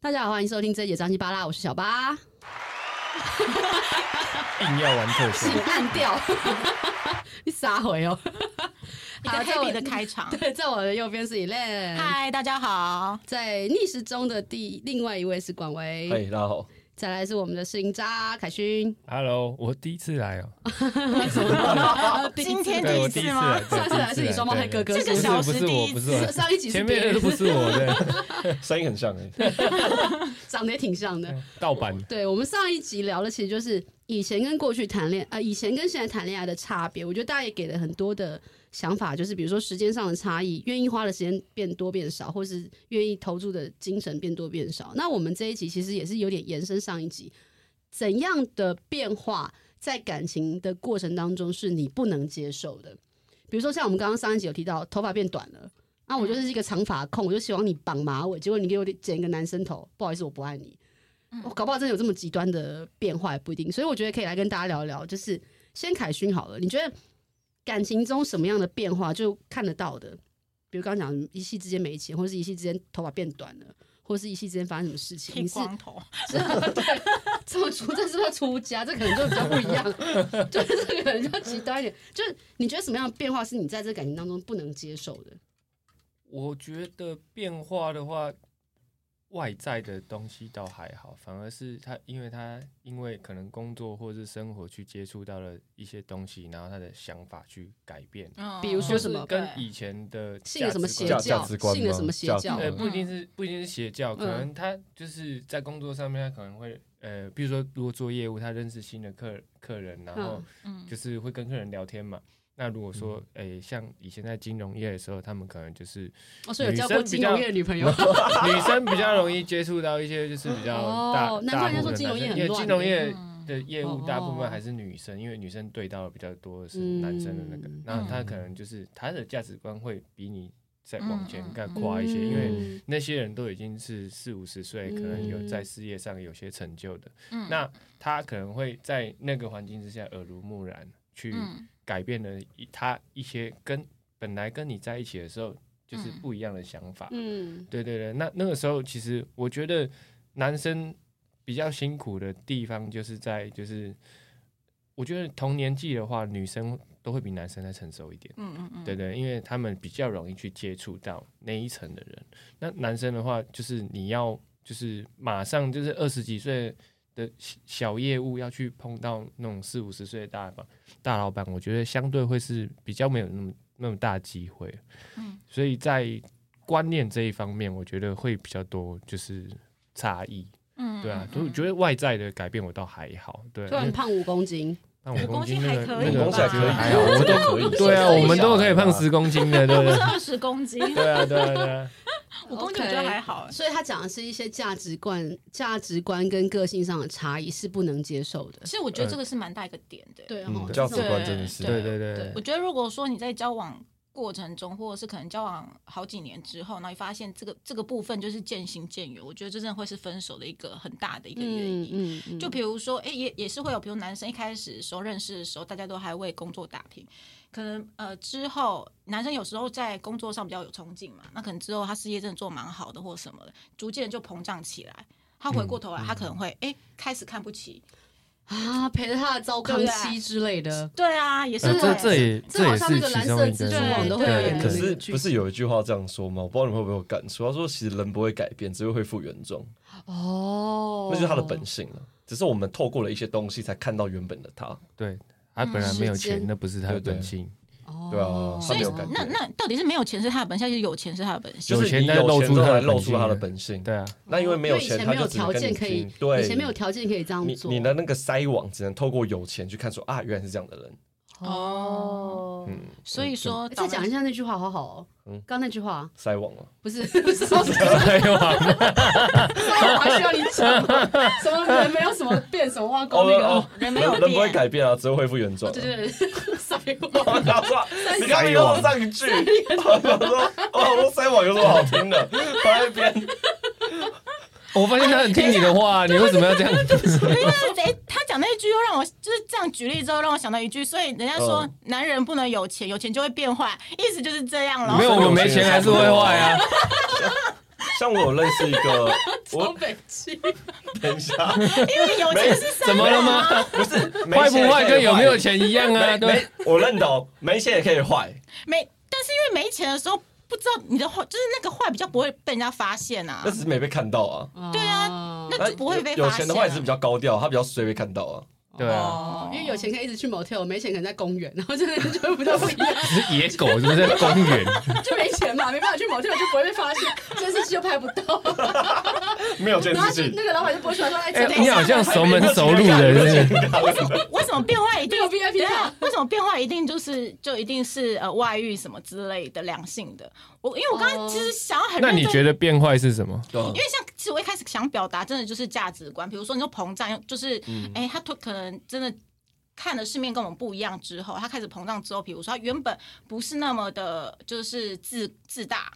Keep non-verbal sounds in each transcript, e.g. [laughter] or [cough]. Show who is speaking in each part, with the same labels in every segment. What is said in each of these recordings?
Speaker 1: 大家好，欢迎收听这一节张七巴拉，我是小八，
Speaker 2: 硬要玩特效
Speaker 1: 请，按掉， [laughs] 你撒回
Speaker 3: [laughs]
Speaker 1: 哦。
Speaker 3: 一个
Speaker 1: 好在
Speaker 3: happy
Speaker 1: 我
Speaker 3: 的开场。
Speaker 1: [laughs] 对，在我的右边是 Elaine，
Speaker 3: 嗨，大家 [laughs] 好，
Speaker 1: 在逆时钟的第另外一位是广
Speaker 2: 嘿
Speaker 1: 维，，
Speaker 2: 大家好
Speaker 1: 再来是我们的摄影渣凯勋，
Speaker 2: ，Hello，我第一次来哦，
Speaker 3: 今天
Speaker 2: 对，我
Speaker 3: 呃第一
Speaker 2: 第
Speaker 3: 次
Speaker 2: 一次
Speaker 3: 吗
Speaker 2: 来，？对
Speaker 1: 上次来 [laughs] 是你双胞胎哥，哥，
Speaker 3: 这
Speaker 1: 是
Speaker 3: 个
Speaker 1: 不
Speaker 2: 第一次对对对
Speaker 1: 是
Speaker 3: 小时第
Speaker 2: 不是不
Speaker 3: 一
Speaker 2: 是
Speaker 1: 是
Speaker 2: 我，不是
Speaker 1: 上一集
Speaker 2: 我，
Speaker 1: 是
Speaker 2: 前
Speaker 1: 别
Speaker 2: 面的
Speaker 1: 人
Speaker 2: 不是我，
Speaker 1: [laughs]
Speaker 2: 对，
Speaker 4: 声音很像哎、
Speaker 1: 长得也挺像的。
Speaker 2: 盗版
Speaker 1: 对，我们上一集聊的其实就是以前跟过去谈恋啊，以前跟现在谈恋爱的差别。我觉得大家也给了很多的想法，就是比如说时间上的差异，愿意花的时间变多变少，或是愿意投注的精神变多变少。那我们这一集其实也是有点延伸上一集，怎样的变化在感情的过程当中是你不能接受的？比如说像我们刚刚上一集有提到，头发变短了。啊，我就是一个长发控，我就希望你绑马尾，结果你给我剪一个男生头，不好意思，我不爱你。我搞不好真的有这么极端的变化也不一定，所以我觉得可以来跟大家聊一聊，就是先凯勋好了，你觉得感情中什么样的变化就看得到的？比如刚刚讲一夕之间没钱，或是一夕之间头发变短了，或是一夕之间发生什么事情，
Speaker 3: 剃
Speaker 1: 你是
Speaker 3: 光头，
Speaker 1: [laughs] 这么出，这是不是出家？这可能就比较不一样， [laughs] 就是这个可能就极端一点。就是你觉得什么样的变化是你在这感情当中不能接受的？
Speaker 5: 我觉得变化的话，外在的东西倒还好，反而是他，因为他因为可能工作或是生活去接触到了一些东西，然后他的想法去改变，
Speaker 3: 嗯
Speaker 1: 比如说
Speaker 5: 就
Speaker 1: 什
Speaker 5: 是
Speaker 1: 么
Speaker 5: 跟以前的
Speaker 1: 信了什么邪
Speaker 5: 价
Speaker 2: 价值？
Speaker 1: 教
Speaker 5: 值观
Speaker 2: 观吗
Speaker 1: 信了什么邪教
Speaker 2: 价？
Speaker 5: 呃，
Speaker 2: 值
Speaker 5: 不一定是不一定是邪教，可
Speaker 1: 嗯
Speaker 5: 能他就是在工作上面，他可能会呃，比如说如果做业务，他认识新的客客人，然后
Speaker 1: 嗯
Speaker 3: 嗯
Speaker 5: 就是会跟客人聊天嘛。那如果说，诶、像以前在金融业的时候，他们可能就是
Speaker 1: 我哦说有交过金融业的女朋友，
Speaker 5: 女生比较容易接触到一些就是比较大，
Speaker 1: 哦难
Speaker 5: 大
Speaker 1: 怪人
Speaker 5: 部
Speaker 1: 家说
Speaker 5: 分的
Speaker 1: 金融业
Speaker 5: 男
Speaker 1: 很
Speaker 5: 生因为
Speaker 1: 乱
Speaker 5: 金融
Speaker 1: 欸
Speaker 5: 业
Speaker 3: 嗯
Speaker 5: 的业
Speaker 1: 哦
Speaker 5: 务大部分还是女生，因为女生对到的比较多的是男生的那个
Speaker 1: 嗯，
Speaker 5: 那他可能就是他的价值观会比你再往前
Speaker 3: 嗯
Speaker 5: 再跨一些，因为
Speaker 1: 嗯
Speaker 5: 那些人都已经是四五十岁，可能有在
Speaker 1: 嗯
Speaker 5: 事业上有些成就的，
Speaker 3: 嗯
Speaker 5: 那他可能会在那个环境之下耳濡目染去
Speaker 3: 嗯
Speaker 5: 改变了一他一些跟本来跟你在一起的时候就是
Speaker 3: 嗯
Speaker 5: 不一样的想法，
Speaker 1: 嗯
Speaker 5: 对对对，那那个时候其实我觉得男生比较辛苦的地方就是在就是，我觉得同年纪的话，女生都会比男生再成熟一点，
Speaker 3: 嗯嗯嗯，
Speaker 5: 对对，因为他们比较容易去接触到那一层的人。那男生的话，就是你要就是马上就是二十几岁的小小业务要去碰到那种四五十岁的大老板，大老板，我觉得相对会是比较没有那么那么大机会。
Speaker 3: 嗯，
Speaker 5: 所以在观念这一方面，我觉得会比较多就是差异。
Speaker 3: 嗯，嗯
Speaker 5: 对啊，
Speaker 3: 嗯啊
Speaker 5: 所以我觉得外在的改变我倒还好。对，
Speaker 1: 突然胖五公斤，
Speaker 5: 胖五公斤
Speaker 3: 五公斤
Speaker 5: 那
Speaker 3: 还
Speaker 5: 个
Speaker 3: 可以
Speaker 5: 那个我
Speaker 3: 吧五公
Speaker 5: 觉
Speaker 3: 斤
Speaker 5: 得
Speaker 3: 还可以
Speaker 5: 还好，我都
Speaker 2: 可以
Speaker 5: 对啊，
Speaker 3: 可以
Speaker 5: 我们都可以胖十公斤的，对不
Speaker 3: 我
Speaker 5: 对
Speaker 3: 是？二十公斤，
Speaker 5: 对啊，对啊，对啊，
Speaker 3: 五公斤我觉得还好，
Speaker 1: 所以他讲的是一些价值观、价值观跟个性上的差异是不能接受的。
Speaker 3: 其实我觉得这个是蛮大一个点的。
Speaker 1: 对，
Speaker 2: 嗯
Speaker 1: 哦
Speaker 2: 价
Speaker 1: 这
Speaker 2: 值
Speaker 1: 种
Speaker 2: 观真的是，
Speaker 5: 对对
Speaker 1: 对
Speaker 5: 对
Speaker 3: 我，觉得如果说你在交往过程中，或者是可能交往好几年之后，然后你发现这个这个部分就是渐行渐远，我觉得这真的会是分手的一个很大的一个原因。
Speaker 1: 嗯嗯
Speaker 3: 就比如说，哎、也也是会有，比如男生一开始的时候认识的时候，大家都还为工作打拼，可能呃之后男生有时候在工作上比较有冲劲嘛，那可能之后他事业真的做蛮好的或什么的，逐渐就膨胀起来。他回
Speaker 5: 嗯
Speaker 3: 过头来，他可能会哎、诶开始看不起，
Speaker 1: 啊，陪着他的糟糠
Speaker 2: 啊
Speaker 1: 妻之类的，
Speaker 3: 对啊，也是
Speaker 5: 呃
Speaker 3: 会、
Speaker 5: 这这也
Speaker 1: 这好
Speaker 5: 也
Speaker 1: 像那
Speaker 5: 是
Speaker 1: 个蓝
Speaker 5: 其
Speaker 1: 色
Speaker 5: 中一
Speaker 1: 蜘
Speaker 5: 个
Speaker 1: 蛛
Speaker 3: 网都会有
Speaker 5: 对
Speaker 3: 演
Speaker 5: 可
Speaker 4: 可
Speaker 5: 是
Speaker 4: 是不是有一句话这样说吗？我不知道你们会不会有感触。他说，其实人不会改变，只是会复原状，
Speaker 2: 啊
Speaker 1: 哦，
Speaker 4: 那就是他的本性了。只是我们透过了一些东西，才看到原本的他。
Speaker 5: 对，他本来没有
Speaker 1: 时间
Speaker 5: 钱，那不是他的
Speaker 4: 对对
Speaker 5: 本性。
Speaker 1: 哦，
Speaker 4: 对啊
Speaker 3: 所以
Speaker 4: 他没有感觉
Speaker 3: 那那到底是没有钱是他的本性，还是有钱是他的本性？
Speaker 4: 就是
Speaker 5: 有钱
Speaker 4: 你
Speaker 5: 但是露
Speaker 4: 有
Speaker 5: 出
Speaker 4: 钱都
Speaker 5: 他的
Speaker 4: 还
Speaker 5: 本
Speaker 4: 露出
Speaker 5: 性
Speaker 4: 他的
Speaker 5: 了
Speaker 4: 本性。
Speaker 5: 对啊，
Speaker 4: 那因为没有
Speaker 1: 以前
Speaker 4: 钱，他
Speaker 1: 没有
Speaker 4: 就只能
Speaker 1: 条
Speaker 4: 跟
Speaker 1: 件
Speaker 4: 你
Speaker 1: 可以
Speaker 4: 拼，对，
Speaker 1: 以前没有条件可以这样
Speaker 4: 你
Speaker 1: 做，
Speaker 4: 你的那个筛网只能透过有钱去看出啊，原来是这样的人。
Speaker 1: 哦。
Speaker 4: 嗯，
Speaker 3: 所以说，
Speaker 1: 再讲一下那句话，好好哦
Speaker 4: 嗯。
Speaker 1: 刚那句话
Speaker 4: 筛网了，
Speaker 1: 不是 [laughs] 不是说什么，
Speaker 5: [laughs] 啊
Speaker 1: 我还需要你讲吗？什么人没有什么变，什么忘
Speaker 4: 哦
Speaker 1: 光那个
Speaker 4: 哦，
Speaker 3: 人
Speaker 4: 人
Speaker 3: 没有
Speaker 4: [laughs] 人不会
Speaker 3: 变
Speaker 4: 改变啊，只会恢复原状
Speaker 1: 哦 [laughs]
Speaker 4: 啊。
Speaker 1: 对对对，所以我
Speaker 4: 我想说，你刚刚又说上一句，我想说，哦，我塞网有什么好听的？放在那边，
Speaker 5: 我发现他很听你的话，你为什么要这样？
Speaker 3: [laughs] 因为哎，他讲那一句又让我就是这样举例之后，让我想到一句，所以人家说
Speaker 4: 嗯
Speaker 3: 男人不能有钱，有钱就会变坏，意思就是这样了。
Speaker 5: 没有，我们没钱还是会坏啊。
Speaker 4: 像我有认识一个，
Speaker 1: [laughs] 超北气，
Speaker 4: 等一下，
Speaker 3: 因为有钱是三
Speaker 5: 怎么了吗？
Speaker 4: 不是
Speaker 5: 坏不坏跟有没有
Speaker 4: 钱
Speaker 5: 钱一样啊？对
Speaker 4: 没，我认同，没钱也可以坏。
Speaker 3: 没，但是因为没钱的时候，不知道你的坏，就是那个坏比较不会被人家发现啊
Speaker 4: 那。只是没被看到啊。
Speaker 1: 对
Speaker 3: 对啊那
Speaker 4: 那
Speaker 3: 就不会被
Speaker 4: 有有
Speaker 3: 发
Speaker 4: 钱的
Speaker 3: 现
Speaker 4: 话
Speaker 3: 啊
Speaker 4: 也是比较高调，他比较衰被看到啊。
Speaker 5: [laughs] 对啊，
Speaker 1: 哦，因为有钱可以一直去 motel，没钱可能在公园，然后真的就不太不一样，
Speaker 5: 只是野狗是不是在公园？
Speaker 1: 就没钱嘛，没办法去 motel 就不会被发现，监视器又拍不到，
Speaker 4: 没有这
Speaker 1: 然
Speaker 4: 件
Speaker 1: 后就
Speaker 4: 事情，
Speaker 1: 那个老板就不会说他在
Speaker 5: 哎
Speaker 1: 这里，
Speaker 5: 你好像熟门熟路的，是不是？
Speaker 3: 为什么变坏一定
Speaker 1: 没有 VIP
Speaker 3: [laughs] 对啊
Speaker 1: 卡
Speaker 3: 为什么变坏一定就是就一定是呃外遇什么之类的良性的？我因为我刚
Speaker 1: 哦
Speaker 3: 刚其实想要很
Speaker 5: 那
Speaker 3: 认
Speaker 5: 你
Speaker 3: 真
Speaker 5: 觉得变坏是什么？
Speaker 4: 对啊
Speaker 3: 因为像其实我一开始想表达，真的就是价值观，比如说你说膨胀，就是哎、诶他突可能真的看的世面跟我们不一样之后，他开始膨胀之后，比如说他原本不是那么的，就是自自大。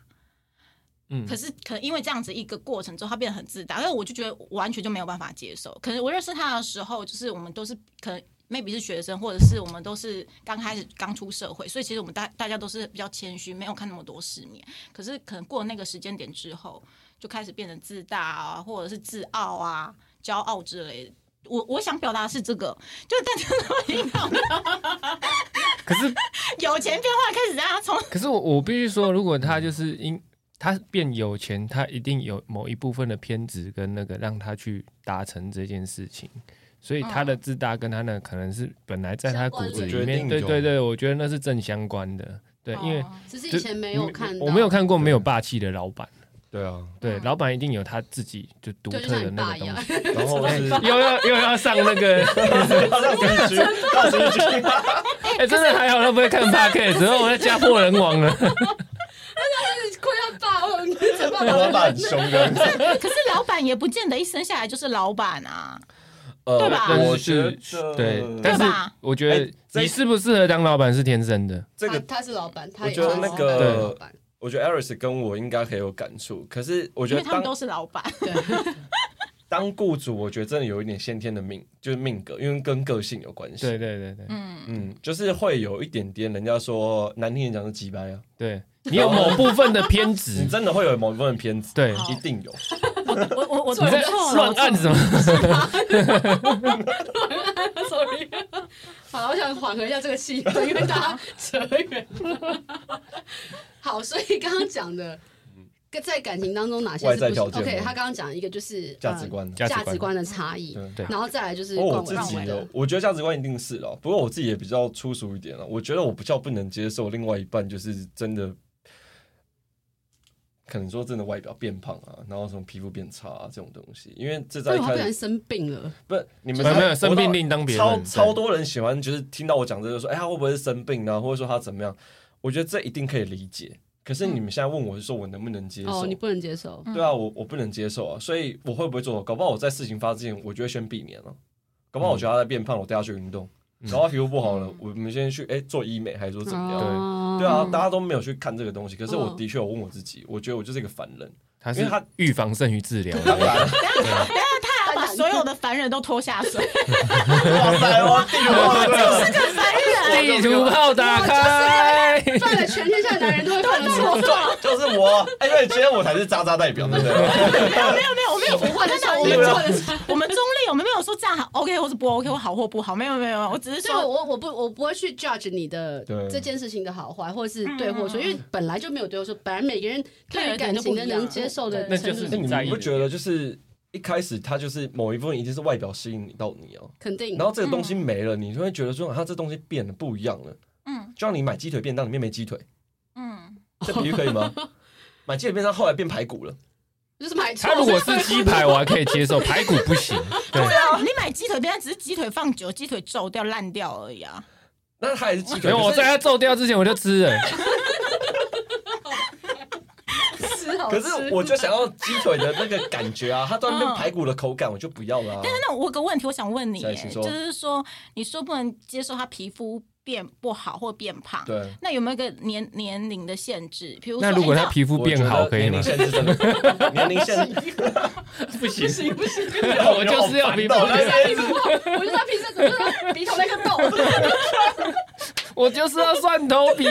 Speaker 5: 嗯
Speaker 3: 可是可能因为这样子一个过程之后，他变得很自大，因为我就觉得我完全就没有办法接受。可能我认识他的时候，就是我们都是可能 maybe 是学生，或者是我们都是刚开始刚出社会，所以其实我们大大家都是比较谦虚，没有看那么多世面。可是可能过了那个时间点之后，就开始变得自大啊，或者是自傲啊、骄傲之类的。我我想表达的是这个，就大家都领导 [laughs]
Speaker 5: 可是
Speaker 3: 有钱变坏，开始让他从
Speaker 5: 可是我我必须说，如果他就是因他变有钱，他一定有某一部分的偏执跟那个让他去达成这件事情，所以他的自大跟他呢，可能是本来在他骨子里面，
Speaker 4: 相关的
Speaker 5: 对对对，我觉得那是正相关的，对，因为
Speaker 1: 只是以前没有看到，
Speaker 5: 我没有看过没有霸气的老板，
Speaker 4: 对啊，
Speaker 5: 对，
Speaker 3: 嗯
Speaker 5: 老板一定有他自己就独
Speaker 1: 对，就
Speaker 5: 特
Speaker 1: 像
Speaker 5: 的
Speaker 1: 你
Speaker 5: 那
Speaker 1: 爸
Speaker 5: 个
Speaker 1: 一
Speaker 5: 东
Speaker 1: 样，[laughs]
Speaker 5: 西，
Speaker 4: [laughs] 然后嗯就是
Speaker 5: 又要又要上那个，
Speaker 4: [laughs] 让邻居，让邻居，
Speaker 5: 哎、真的还好，他不
Speaker 4: [laughs]
Speaker 5: 会看 p o d c a s 然后我在家破人亡了，
Speaker 1: 亏要爸，我怎么
Speaker 4: 老板很凶的。
Speaker 3: 可是老板也不见得一生下来就是老板啊，
Speaker 4: 呃
Speaker 3: 对吧
Speaker 5: 但
Speaker 4: 我
Speaker 5: 是
Speaker 4: 觉得
Speaker 5: 是，对，但
Speaker 3: 对
Speaker 5: 是
Speaker 3: 吧
Speaker 5: 我觉得
Speaker 4: 哎这
Speaker 5: 你适不适合当老板是天生的，
Speaker 4: 这个
Speaker 1: 他是老板，他
Speaker 4: 我
Speaker 1: 也
Speaker 4: 觉得
Speaker 1: 算
Speaker 4: 那
Speaker 1: 是
Speaker 4: 个
Speaker 1: 老板，
Speaker 4: 我觉得 Eris 跟我应该很有感触。可是我觉
Speaker 3: 因为
Speaker 4: 得
Speaker 3: 他们
Speaker 4: 当
Speaker 3: 都是老板。
Speaker 4: [laughs] 当雇主，我觉得真的有一点先天的命，就是命格，因为跟个性有关系。
Speaker 5: 对对对对
Speaker 3: 嗯，
Speaker 4: 嗯，就是会有一点点，人家说难听点讲是鸡掰啊，
Speaker 5: 对，你有某部分的偏执
Speaker 4: 你，真的会有某一部分偏执，
Speaker 5: 嗯对，
Speaker 3: 好
Speaker 4: 一定有。
Speaker 3: 我我我
Speaker 5: 你在
Speaker 3: 错了
Speaker 5: 乱按什么？
Speaker 1: sorry，好了，我想缓和一下这个气氛，因为大家扯远了。 [laughs] 好，所以刚刚讲的，在感情当中哪些
Speaker 4: 外
Speaker 1: 是
Speaker 4: 在
Speaker 1: 不是
Speaker 4: 条件
Speaker 1: ？OK，
Speaker 4: 吗
Speaker 1: 他刚刚讲一个就是
Speaker 4: 价值、观啊
Speaker 1: 呃
Speaker 5: 价
Speaker 1: 价值
Speaker 5: 值观
Speaker 1: 观的差异，
Speaker 4: 对
Speaker 5: 对
Speaker 1: 然后再来就是
Speaker 4: 哦，我
Speaker 1: 广
Speaker 4: 自己
Speaker 1: 泛
Speaker 4: 有
Speaker 1: 的，，
Speaker 4: 我觉得价值观一定是哦了。不过我自己也比较粗俗一点了。啊我觉得我比较不能接受另外一半就是真的，可能说真的外表变胖啊，然后什么皮肤变差啊这种东西。因为这在
Speaker 1: 对，
Speaker 4: 一
Speaker 1: 他不
Speaker 4: 开
Speaker 1: 然
Speaker 4: 始
Speaker 1: 生病了，
Speaker 4: 不是你们
Speaker 5: 没有没有
Speaker 4: 我
Speaker 5: 生病
Speaker 4: 到
Speaker 5: 另当别
Speaker 4: 超
Speaker 5: 论
Speaker 4: 超
Speaker 5: 对
Speaker 4: 多人喜欢就是听到我讲这个说，哎、他会不会是生病啊，或者说他怎么样？我觉得这一定可以理解。可是你们现在问我是说我能不能接受？
Speaker 1: 哦，你不能接受。
Speaker 3: 嗯
Speaker 4: 对啊，我我不能接受啊，所以我会不会做？搞不好我在事情发生之前，我就会先避免了、搞不好我觉得他在变胖，我带他去运动；
Speaker 5: 嗯
Speaker 4: 搞不好皮肤不好了
Speaker 3: 嗯，
Speaker 4: 我们先去哎、做医美，还是说怎么样？
Speaker 1: 哦
Speaker 4: 对啊，大家都没有去看这个东西。可是我
Speaker 1: 嗯
Speaker 4: 的确，我问我自己，我觉得我就是一个凡
Speaker 5: [laughs]
Speaker 4: 人。
Speaker 5: 它
Speaker 4: 因
Speaker 5: 是
Speaker 4: 为它
Speaker 5: 预防胜于治疗，
Speaker 4: 当然，
Speaker 5: [laughs] 啊
Speaker 3: 他把所有的凡人都拖下水，
Speaker 4: 哇塞，我
Speaker 5: [laughs]
Speaker 4: 地图
Speaker 5: 啊
Speaker 4: 炮了，
Speaker 5: 地图炮打开，
Speaker 1: 犯了全天下男人都会犯的错，
Speaker 4: 对， [laughs] 就是我。哎、对，今天我才是渣渣代
Speaker 5: [laughs]
Speaker 4: 表，对不对？
Speaker 5: 啊
Speaker 3: 没有没有，我没有
Speaker 1: 我换的差
Speaker 3: 我
Speaker 1: 异，
Speaker 3: 们
Speaker 1: 我换的差异。
Speaker 3: 我们中立，我们没有说这样好 OK 或是不 OK 或好或不好，没有没有没有，我只是
Speaker 1: 所以我
Speaker 3: 说
Speaker 1: 我我不我不会去 judge 你的
Speaker 4: 对
Speaker 1: 这件事情的好坏，或者是对
Speaker 3: 嗯
Speaker 1: 或错，
Speaker 3: 嗯
Speaker 1: 因为本来就没有对或错，本来每个人对于感情的能接受的
Speaker 5: 那
Speaker 1: 程
Speaker 5: 就
Speaker 1: 度
Speaker 5: 是
Speaker 4: 那
Speaker 1: 是
Speaker 4: 你
Speaker 5: 在
Speaker 4: 们
Speaker 5: 意
Speaker 4: 不
Speaker 5: 的
Speaker 4: 觉得就是一开始他就是某一部分一定是外表吸引你到你哦、
Speaker 1: 肯定。
Speaker 4: 然后这个东西没了，你就会觉得说，啊它这东西变了，不一样了。
Speaker 3: 嗯
Speaker 4: 就像你买鸡腿便当里面没鸡 [laughs] 腿，
Speaker 3: 嗯，
Speaker 4: 这比喻可以吗？买鸡腿便当后来变排骨了，
Speaker 1: 就是买错
Speaker 5: 他如
Speaker 1: [laughs]
Speaker 5: 果是鸡排，我还可以接受，排骨不行。对
Speaker 3: 对，啊，你买鸡腿便当只是鸡腿放久，鸡腿皱掉烂掉而已啊，
Speaker 4: 那它也是鸡
Speaker 5: 没
Speaker 4: 腿。
Speaker 5: 有，
Speaker 4: 可
Speaker 5: 我
Speaker 4: [laughs] 是
Speaker 5: 在它皱掉之前我就吃了。
Speaker 1: 吃好
Speaker 4: 可
Speaker 1: 吃，
Speaker 4: 是我就想要鸡腿的那个感觉啊， [laughs] 它突然变排骨的口感，我就不要了、啊。
Speaker 3: 但是那我有个问题，我想问你
Speaker 4: 是
Speaker 3: 耶，
Speaker 4: 请说
Speaker 3: 就是说你说不能接受他皮肤变不好或变胖，
Speaker 4: 对，
Speaker 3: 那有没有一个年年龄的限制？比如说，
Speaker 5: 那如果
Speaker 3: 哎
Speaker 5: 他皮肤变好可以吗
Speaker 4: 我？觉得年龄限制真 [laughs] 的，年龄限制，
Speaker 5: 不行，
Speaker 1: 行不行？
Speaker 5: 我就是要皮肤
Speaker 4: 到
Speaker 5: 变
Speaker 4: 那边子。
Speaker 1: 我就在平时我就在鼻头那个
Speaker 5: [laughs]
Speaker 1: 洞， [laughs]
Speaker 5: 我就是要蒜头皮。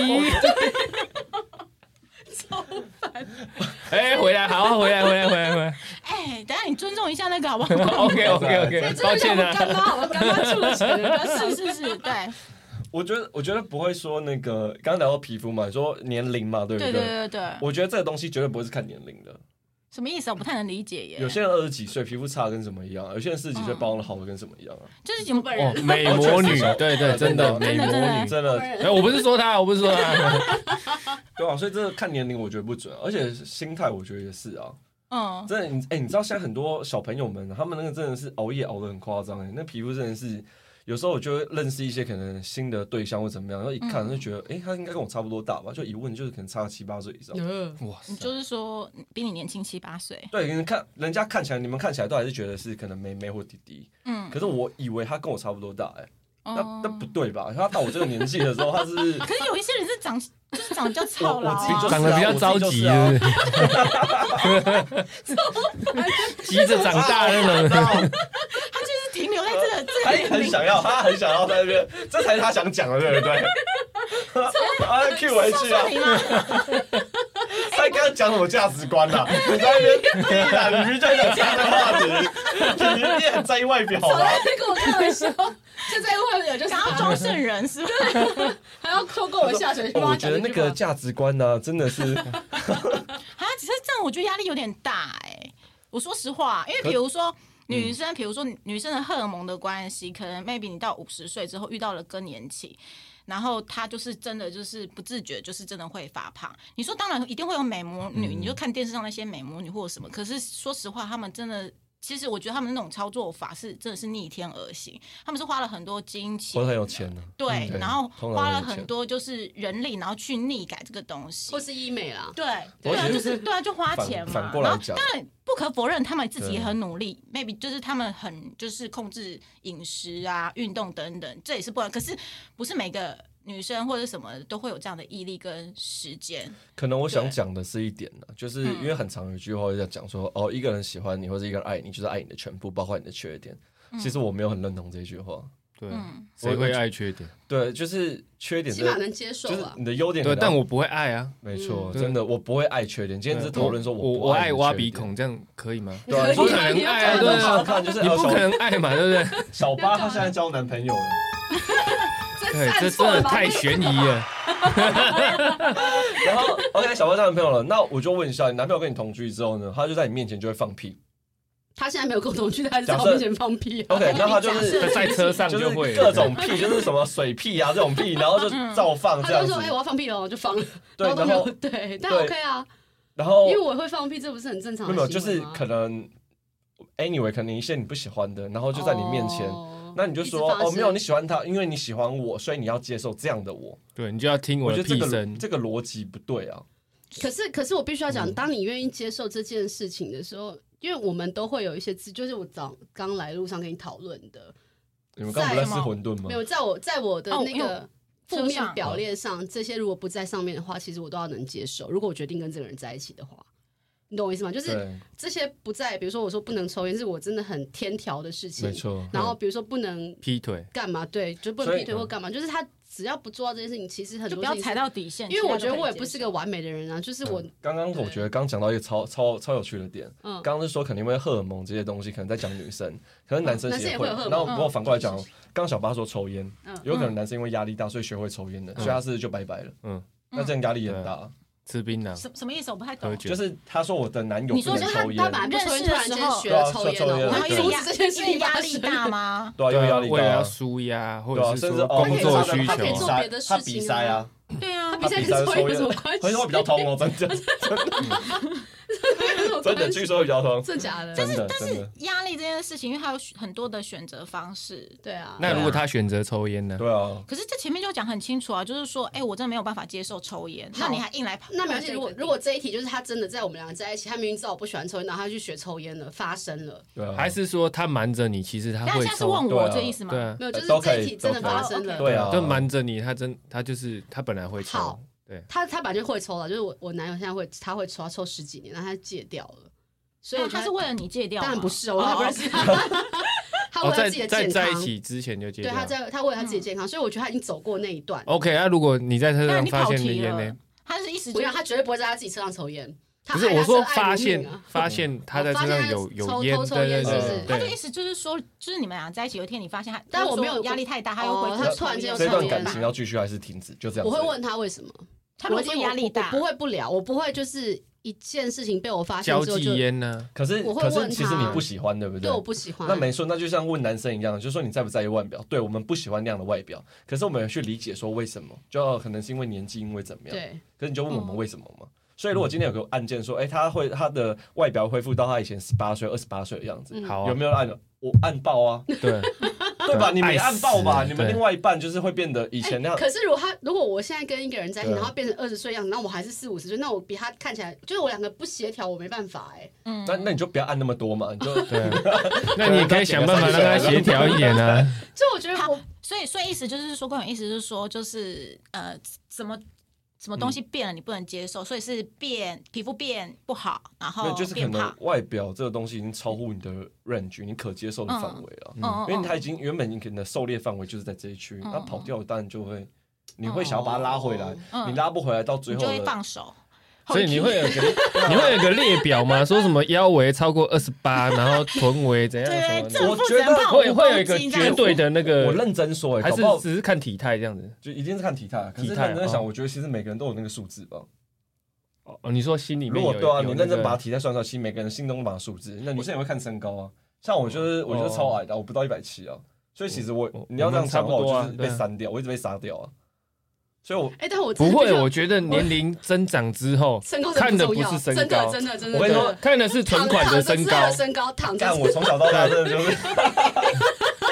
Speaker 5: 哎、回来，好，回来，回来，回来，回来。
Speaker 3: 哎、等一下你尊重一下那个好不
Speaker 4: [laughs]
Speaker 3: 好？
Speaker 5: OK OK OK，
Speaker 1: 这
Speaker 5: 抱
Speaker 1: 就像
Speaker 5: 歉
Speaker 1: 我干
Speaker 5: 啊，
Speaker 1: 妈，我干妈出 [laughs] 了钱，
Speaker 3: 是是是，对
Speaker 4: 我觉得我觉得不会说那个，刚刚聊到皮肤嘛，你说年龄嘛，对不
Speaker 3: 对对对对对，
Speaker 4: 我觉得这个东西绝对不会是看年龄的，
Speaker 3: 什么意思啊？我不太能理解耶。
Speaker 4: 有些人二十几岁皮肤差得跟什么一样，啊有些人四十几岁
Speaker 3: 嗯
Speaker 4: 保养的好的跟什么一样啊，
Speaker 3: 就是你们本
Speaker 5: 哦
Speaker 3: 人，
Speaker 5: 美魔女，对对，啊真的
Speaker 4: 真的
Speaker 5: 美魔
Speaker 3: 真的
Speaker 5: 女。
Speaker 4: 真的
Speaker 5: 哎，我不是说她，我不是说 [laughs] 她，
Speaker 4: 对啊，所以这个看年龄我觉得不准，啊而且心态我觉得也是啊，
Speaker 3: 嗯，
Speaker 4: 真的你哎、你知道现在很多小朋友们，他们那个真的是熬夜熬得很夸张哎，那皮肤真的是。有时候我就会认识一些可能新的对象或怎么样，然后一
Speaker 3: 嗯
Speaker 4: 看就觉得，哎、他应该跟我差不多大吧？就一问就是可能差个七八岁以上。
Speaker 1: 嗯
Speaker 5: 哇
Speaker 4: 啊
Speaker 3: 你
Speaker 5: 塞，
Speaker 3: 就是说比你年轻七八岁，
Speaker 4: 对，人看人家看起来，你们看起来都还是觉得是可能妹妹或弟弟，
Speaker 3: 嗯
Speaker 4: 可，是我以为他跟我差不多大、哎、那
Speaker 3: 哦
Speaker 4: 那不对吧？他到我这个年纪的时候，他是
Speaker 3: [laughs] 可是有一些人是长就是长得比较
Speaker 4: [laughs] 我
Speaker 3: 操劳
Speaker 4: 我自己就
Speaker 3: 啊
Speaker 4: 是啊
Speaker 5: 长得比较着急，是不
Speaker 4: [laughs]
Speaker 5: 是急着长大那种。
Speaker 3: 他就是停留在这个
Speaker 4: 啊他
Speaker 3: 这个
Speaker 4: 也
Speaker 3: 年
Speaker 4: 很
Speaker 3: 龄。
Speaker 4: 想要，他很想要在那边，这才是他想讲的，对不对？ [laughs] 啊，Q 回 [laughs] 去啊
Speaker 3: 告诉！你吗？
Speaker 4: [laughs] 他刚刚讲什么价值观啦？你在那边第一栏，你明明就在讲他的话题， [laughs] 你明明很在意外表啊
Speaker 1: 早
Speaker 4: 吧？
Speaker 1: 在跟我开玩笑，现在外面有就是
Speaker 3: 想要装圣人是吧？
Speaker 1: 还要透过我下水去帮
Speaker 4: 哦我
Speaker 1: 他
Speaker 4: 觉
Speaker 1: 讲
Speaker 4: 得
Speaker 1: 这
Speaker 4: 那
Speaker 1: 句话
Speaker 4: 个价值观呢、真的是，
Speaker 3: 啊，只是这样，我觉得压力有点大哎、我说实话，因为比如说女
Speaker 4: 嗯
Speaker 3: 生，比如说女生的荷尔蒙的关系，可能 maybe 你到五十岁之后遇到了更年期。然后她就是真的就是不自觉，就是真的会发胖。你说当然一定会有美魔女，
Speaker 4: 嗯
Speaker 3: 你就看电视上那些美魔女或者什么。可是说实话，她们真的，其实我觉得她们那种操作法是真的是逆天而行。她们是花了很多金钱，
Speaker 4: 很有钱呢、
Speaker 3: 对，
Speaker 4: 嗯对
Speaker 3: 然后
Speaker 4: 通常
Speaker 3: 花了
Speaker 4: 很有钱
Speaker 3: 很多就是人力，然后去逆改这个东西，
Speaker 1: 或是医美啦，
Speaker 3: 对，
Speaker 4: 我
Speaker 3: 对啊，
Speaker 4: 觉得
Speaker 3: 就是对啊，就花
Speaker 4: 反
Speaker 3: 钱嘛。
Speaker 4: 反过
Speaker 3: 然
Speaker 4: 来
Speaker 3: 后
Speaker 4: 讲嗯
Speaker 3: 当然不可否认，他们自己
Speaker 4: 对
Speaker 3: 也很努力，maybe 就是他们很就是控制饮食啊、运动等等，这也是不然。可是不是每个女生或者什么都会有这样的毅力跟时间。
Speaker 4: 可能我想讲的是一点呢、就是
Speaker 3: 嗯
Speaker 4: 因为很常有一句话在讲说，哦，一个人喜欢你或者一个人爱你，就是爱你的全部，包括你的缺点。其实我没有很认同这句话。
Speaker 5: 对，
Speaker 3: 嗯，
Speaker 5: 谁会爱缺点？
Speaker 4: 对，就是缺点
Speaker 1: 起
Speaker 4: 真
Speaker 1: 码
Speaker 4: 的，
Speaker 1: 能啊接受
Speaker 4: 就是
Speaker 1: 啦。
Speaker 4: 你的优点可
Speaker 5: 对，
Speaker 4: 能。
Speaker 5: 但我不会爱啊。
Speaker 4: 没错，
Speaker 5: 对
Speaker 4: 真的我不会爱缺点。今天是讨论说
Speaker 5: 我
Speaker 4: 不
Speaker 5: 我
Speaker 4: 爱
Speaker 5: 爱
Speaker 4: 你
Speaker 5: 挖
Speaker 4: 缺
Speaker 5: 鼻
Speaker 4: 点，
Speaker 5: 孔，这样可以吗？
Speaker 4: 对啊，
Speaker 1: 可
Speaker 5: 不
Speaker 1: 以
Speaker 5: 可
Speaker 1: 啊
Speaker 5: 能爱啊，
Speaker 1: 你
Speaker 5: 对
Speaker 1: 要这
Speaker 5: 啊
Speaker 1: 样
Speaker 4: 看，看就是
Speaker 5: 你
Speaker 4: 哦
Speaker 5: 不
Speaker 4: 小
Speaker 5: 可能爱嘛，对
Speaker 3: [laughs]
Speaker 5: 不对？
Speaker 4: 小八她现在交男朋友了，
Speaker 5: 对，
Speaker 1: 按
Speaker 5: 这
Speaker 1: 错
Speaker 5: 真的
Speaker 1: 了吧
Speaker 5: 太悬疑了。
Speaker 4: 然后 OK 小八交男朋友了，那我就问一下，你男朋友跟你同居之后呢，他就在你面前就会放屁
Speaker 1: 他现在没有共同去，他还是在我面前放屁啊！
Speaker 4: ，OK，那他就
Speaker 3: 假设
Speaker 4: 是
Speaker 5: 在车上
Speaker 4: 就
Speaker 5: 就是会
Speaker 4: 各种屁，就是什么水屁啊这种屁，然后就照放
Speaker 1: 他
Speaker 4: 这样
Speaker 1: 就
Speaker 4: 子
Speaker 1: 说：“，哎，我要放屁了，我就放了。”
Speaker 4: 对，
Speaker 1: 都
Speaker 4: 然
Speaker 1: 没
Speaker 4: 后
Speaker 1: 有对，但
Speaker 4: 对
Speaker 1: OK 啊，
Speaker 4: 然后
Speaker 1: 因为我会放屁，这不是很正常
Speaker 4: 没
Speaker 1: 的
Speaker 4: 有没
Speaker 1: 行为
Speaker 4: 有，
Speaker 1: 吗？
Speaker 4: 就是可能 anyway 可能一些你不喜欢的，然后就在你面前。
Speaker 1: 哦
Speaker 4: 那你就
Speaker 1: 一直
Speaker 4: 说
Speaker 1: 发
Speaker 4: 哦，没有，
Speaker 1: 生
Speaker 4: 你喜欢他，因为你喜欢我，所以你要接受这样的我。
Speaker 5: 对你就要听
Speaker 4: 我
Speaker 5: 我的
Speaker 4: 觉得这
Speaker 5: 屁
Speaker 4: 个
Speaker 5: 声。
Speaker 4: 这个逻辑不对啊。
Speaker 1: 可是，可是我必须要
Speaker 4: 嗯
Speaker 1: 讲，当你愿意接受这件事情的时候，因为我们都会有一些自，就是我早刚来路上跟你讨论的，
Speaker 4: 你们刚刚不在吃馄饨吗
Speaker 1: 没？有在我在我的
Speaker 3: 哦
Speaker 1: 那个
Speaker 3: 因为
Speaker 1: 负
Speaker 3: 我嗯
Speaker 1: 面表列上，这些如果不在上面的话，其实我都要能接受。如果我决定跟这个人在一起的话，你懂我意思吗？就是
Speaker 4: 对，
Speaker 1: 这些不在，比如说我说不能抽烟，是我真的很天条的事情
Speaker 4: 没。错。
Speaker 1: 然后比如说不能
Speaker 5: 劈腿，
Speaker 1: 干嘛，对，就不
Speaker 4: 所
Speaker 1: 能
Speaker 4: 以
Speaker 1: 劈腿或干嘛，就是他只要不做到这件事情，其实很
Speaker 3: 就
Speaker 1: 多
Speaker 3: 不要
Speaker 1: 事情
Speaker 3: 踩
Speaker 1: 是
Speaker 3: 到底线。
Speaker 1: 因为我觉得我也不是
Speaker 3: 其
Speaker 1: 个完美的人啊，就是我
Speaker 4: 刚刚我觉得刚讲到一个超超超有趣的点，
Speaker 1: 嗯
Speaker 4: 刚刚是说可能因为荷尔蒙这些东西，可能在讲女生，可能男
Speaker 1: 嗯
Speaker 4: 生
Speaker 1: 男生
Speaker 4: 也
Speaker 1: 也
Speaker 4: 会
Speaker 1: 会有荷尔。蒙
Speaker 4: 然后
Speaker 3: 嗯
Speaker 4: 不过反过来讲，刚刚小八说抽烟
Speaker 1: 嗯，
Speaker 4: 有可能男生因为压力大，所以学会抽烟的，所以他是就拜拜了。
Speaker 5: 嗯，
Speaker 4: 那这样压力也很大，
Speaker 5: 吃槟
Speaker 3: 他
Speaker 5: 榔，
Speaker 3: 什什么意思？我不太
Speaker 5: 喝
Speaker 3: 懂。
Speaker 5: 酒
Speaker 4: 就是他说我的男友
Speaker 3: 你
Speaker 4: 不
Speaker 3: 说
Speaker 4: 能
Speaker 1: 就是
Speaker 4: 抽
Speaker 1: 他他
Speaker 4: 烟
Speaker 1: 本，来不抽烟，
Speaker 3: 认识
Speaker 1: 突然间
Speaker 3: 的时候
Speaker 1: 学
Speaker 4: 对啊
Speaker 1: 了抽烟
Speaker 4: 抽烟
Speaker 1: 了，我
Speaker 3: 然后
Speaker 1: 会
Speaker 3: 因
Speaker 4: 对
Speaker 3: 为
Speaker 1: 阻
Speaker 3: 压
Speaker 1: 止这件事
Speaker 3: [laughs] 因为
Speaker 1: 情
Speaker 3: 压
Speaker 1: 发
Speaker 3: 力
Speaker 1: 生。 [laughs]
Speaker 3: 大吗？
Speaker 4: 对啊，因为压力
Speaker 5: 为了
Speaker 4: 大
Speaker 5: 要
Speaker 4: 啊，
Speaker 5: 舒压，或
Speaker 4: 对啊，
Speaker 5: 者
Speaker 4: 甚
Speaker 5: 是
Speaker 4: 至
Speaker 5: 说
Speaker 4: 哦，
Speaker 5: 工作
Speaker 1: 他可
Speaker 5: 需
Speaker 1: 以
Speaker 4: 他
Speaker 1: 他可以
Speaker 5: 求
Speaker 1: 做，别的事
Speaker 4: 他
Speaker 1: 情啊
Speaker 4: 鼻塞啊，
Speaker 3: 对啊，
Speaker 1: 比赛跟抽烟有什么关
Speaker 4: 所以说
Speaker 1: 系？
Speaker 4: 比较通哦，真
Speaker 1: [laughs]
Speaker 4: 的真的，据说比较通，
Speaker 1: 真假的？
Speaker 4: 真的真的，
Speaker 3: 压力这件事情，因为它有很多的选择方式。
Speaker 1: 对啊，
Speaker 5: 那如果他选择抽烟呢？
Speaker 4: 对啊。
Speaker 3: 可是这前面就讲很清楚啊，就是说，哎、我真的没有办法接受抽烟，
Speaker 1: 好
Speaker 3: 那你还硬来跑？
Speaker 1: 那没关系。如果如果这一题就是他真的在我们两个在一起，他明明知道我不喜欢抽烟，然后他去学抽烟了，发生了，
Speaker 4: 对啊，
Speaker 5: 还是说他瞒着你，其实他
Speaker 3: 那
Speaker 5: 会
Speaker 3: 现在是
Speaker 5: 抽
Speaker 3: 问？
Speaker 4: 对啊
Speaker 3: 我这意思吗？
Speaker 5: 对啊，
Speaker 1: 没有，就是
Speaker 4: 都可
Speaker 1: 这
Speaker 4: 以
Speaker 1: 一题真的
Speaker 4: 都可以
Speaker 1: 发生了。
Speaker 4: 对啊，
Speaker 5: 就瞒着你，他真他就是他本来会抽哦
Speaker 1: 好，
Speaker 5: 对，
Speaker 1: 他他本来就会抽了，就是我我男友现在会他会抽，他抽十几年，然后他戒掉了，所以我
Speaker 3: 那
Speaker 1: 觉得
Speaker 3: 啊他是为了你戒掉吗？
Speaker 1: 当然不是哦，我当然不认识
Speaker 4: [laughs]
Speaker 1: 他， [laughs] 他为
Speaker 5: 哦，
Speaker 1: 了
Speaker 5: 在
Speaker 1: 他自己的
Speaker 5: 在
Speaker 1: 健
Speaker 5: 在一
Speaker 1: 康，
Speaker 5: 起之前就戒
Speaker 1: 对
Speaker 5: 掉
Speaker 1: 他。
Speaker 5: 哦
Speaker 1: 在他为了他
Speaker 3: 嗯
Speaker 1: 自己的健康，所以我觉得他已经走过那一段。
Speaker 5: OK，那如果你在车
Speaker 3: 那
Speaker 5: 上
Speaker 4: 啊
Speaker 3: 你
Speaker 5: 发
Speaker 3: 跑
Speaker 5: 现你
Speaker 3: 题
Speaker 5: 烟
Speaker 3: 了
Speaker 5: 呢？。
Speaker 3: 他是一时
Speaker 1: 不
Speaker 3: 就
Speaker 1: 要，他绝对不会在他自己车上抽烟。他
Speaker 5: 不是
Speaker 1: 爱
Speaker 5: 我
Speaker 1: 他
Speaker 5: 说
Speaker 1: 爱
Speaker 5: 发
Speaker 1: 如
Speaker 5: 现
Speaker 1: 命啊
Speaker 5: 发现他在
Speaker 1: 哦发
Speaker 5: 身
Speaker 1: 现
Speaker 5: 上
Speaker 1: 他
Speaker 5: 有
Speaker 1: 抽
Speaker 5: 有烟，
Speaker 1: 偷抽
Speaker 5: 对对
Speaker 1: 烟是不
Speaker 5: 对
Speaker 1: 是
Speaker 5: 对
Speaker 3: 他的意思就是说，就是你们俩在一起，有一天你发现他，
Speaker 1: 但
Speaker 3: 就是
Speaker 1: 我没有
Speaker 3: 说压力太大，他又
Speaker 1: 哦
Speaker 3: 回头
Speaker 1: 他
Speaker 3: 抽
Speaker 1: 突然间
Speaker 3: 烟
Speaker 1: 有
Speaker 4: 这
Speaker 1: 抽
Speaker 4: 段
Speaker 1: 烟啊
Speaker 4: 感情要继续还是停止？就这样。
Speaker 1: 我会，问他为什么，
Speaker 3: 他
Speaker 1: 我
Speaker 3: 们
Speaker 1: 一
Speaker 3: 说
Speaker 1: 定
Speaker 3: 压力大，
Speaker 1: 我不会不聊，我不会就是一件事情被我发现
Speaker 5: 交
Speaker 1: 之后
Speaker 5: 际
Speaker 1: 就
Speaker 5: 烟呢？
Speaker 4: 可是
Speaker 1: 我会
Speaker 4: 可
Speaker 1: 问
Speaker 4: 是
Speaker 1: 他
Speaker 4: 其实你不喜欢，对不
Speaker 1: 对我不喜欢。
Speaker 4: 那没错，那就像问男生一样，就是说你在不在意外表？对我们不喜欢那样的外表，可是我们有去理解说为什么，就呃可能是因为年纪，因为怎么样？
Speaker 1: 对，
Speaker 4: 可是你就问我们为什么嘛？所以如果今天有个案件说，哎、他会他的外表恢复到他以前十八岁、二十八岁的样子，
Speaker 1: 嗯
Speaker 5: 好啊，
Speaker 4: 有没有按？我按爆啊，
Speaker 5: 对，
Speaker 4: [laughs] 对吧？你们也按爆吧，
Speaker 5: 爱死
Speaker 4: 你们另外一半就是会变得以前那样。
Speaker 1: 哎可是如果他如果我现在跟一个人在一起，
Speaker 4: 对啊
Speaker 1: 然后变成二十岁样子，然后我还是四五十岁，那我比他看起来就是我两个不协调，我没办法哎、
Speaker 3: 嗯，
Speaker 4: 那那你就不要按那么多嘛，你就 [laughs]
Speaker 5: 对，那你也可以想办法让他协调一点啊。
Speaker 1: 就我觉得我
Speaker 3: 所以，所以意思就是说，关于意思就是说，就是呃，什么什么东西变了，你不能接受，所以是变皮肤变不好，然后
Speaker 4: 对，就是可
Speaker 3: 变
Speaker 4: 能
Speaker 3: 胖，
Speaker 4: 外表这个东西已经超乎你的 range，你可接受的范围了。
Speaker 3: 嗯
Speaker 4: 因为他已经原本你可能的狩猎范围就是在这一区，
Speaker 3: 嗯
Speaker 4: 他跑掉当然就会，你会想要把他拉回来，
Speaker 3: 哦嗯
Speaker 4: 你拉不回来到最
Speaker 3: 你
Speaker 4: 后
Speaker 3: 就会
Speaker 4: 的，
Speaker 3: 放手，
Speaker 5: 所以你会有个
Speaker 4: [laughs]
Speaker 5: 你会有个列表吗？说什么腰围超过二十八，然后臀围怎样
Speaker 3: 对
Speaker 5: 什么的，
Speaker 3: 对，正负责胖
Speaker 5: 会会有一个
Speaker 3: 公斤这
Speaker 5: 绝
Speaker 3: 样
Speaker 5: 对的那个
Speaker 4: 我，认真说、欸，
Speaker 5: 还
Speaker 4: 搞
Speaker 5: 是
Speaker 4: 不好
Speaker 5: 只是看体态这样子？
Speaker 4: 就一定是看体态。可是
Speaker 5: 体态
Speaker 4: 认真地想，
Speaker 5: 哦
Speaker 4: 我觉得其实每个人都有那个数字吧。
Speaker 5: 哦，你说心里面
Speaker 4: 如果
Speaker 5: 有
Speaker 4: 对啊，
Speaker 5: 有
Speaker 4: 你
Speaker 5: 那
Speaker 4: 认真
Speaker 5: 个
Speaker 4: 把体态算出来，其实每个人心中都把数字。那女生也会看身高啊，像我就是
Speaker 5: 哦
Speaker 4: 我就是超矮的，我不到一百七啊，所以其实我
Speaker 5: 我
Speaker 4: 你要这样讲的话，
Speaker 5: 我们差不多啊
Speaker 4: 我就是被
Speaker 5: 对啊
Speaker 4: 删掉，我一直被杀掉啊。所以我
Speaker 5: [laughs]
Speaker 1: 哎、但我真
Speaker 5: 不
Speaker 1: 的
Speaker 5: 会，
Speaker 1: 比较
Speaker 5: 我觉得年龄增长之后
Speaker 1: [laughs] 身高真
Speaker 5: 看的
Speaker 1: 重
Speaker 5: 不
Speaker 1: 要
Speaker 5: 是身
Speaker 1: 真的
Speaker 5: 高，
Speaker 1: 真的真的。
Speaker 4: 我跟你说
Speaker 1: 真的
Speaker 5: 看的是存款的身
Speaker 1: 躺
Speaker 5: 高
Speaker 1: 着，身高躺着
Speaker 4: 干我从小到大真的就是。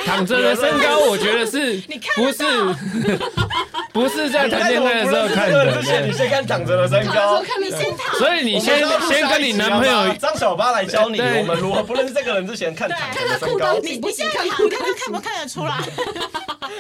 Speaker 5: 躺着的身高，我觉得是
Speaker 1: [laughs]
Speaker 3: 你看
Speaker 5: 不是 [laughs] 不是在谈恋爱的时候看
Speaker 4: 之前你
Speaker 5: 的，
Speaker 4: 先看躺着的身
Speaker 1: 躺着时
Speaker 4: 高
Speaker 1: 候。看你先躺，
Speaker 5: 所以你先
Speaker 4: 我们要
Speaker 5: 先跟你男朋友
Speaker 4: 下一集好不好张小巴来教你，
Speaker 5: 对
Speaker 4: 我们如何不认识这个人之前看躺着的身
Speaker 1: 裤
Speaker 4: 高
Speaker 1: 裆，紧不紧，看裤
Speaker 3: 你看
Speaker 1: 裆
Speaker 3: 他看不看得出来？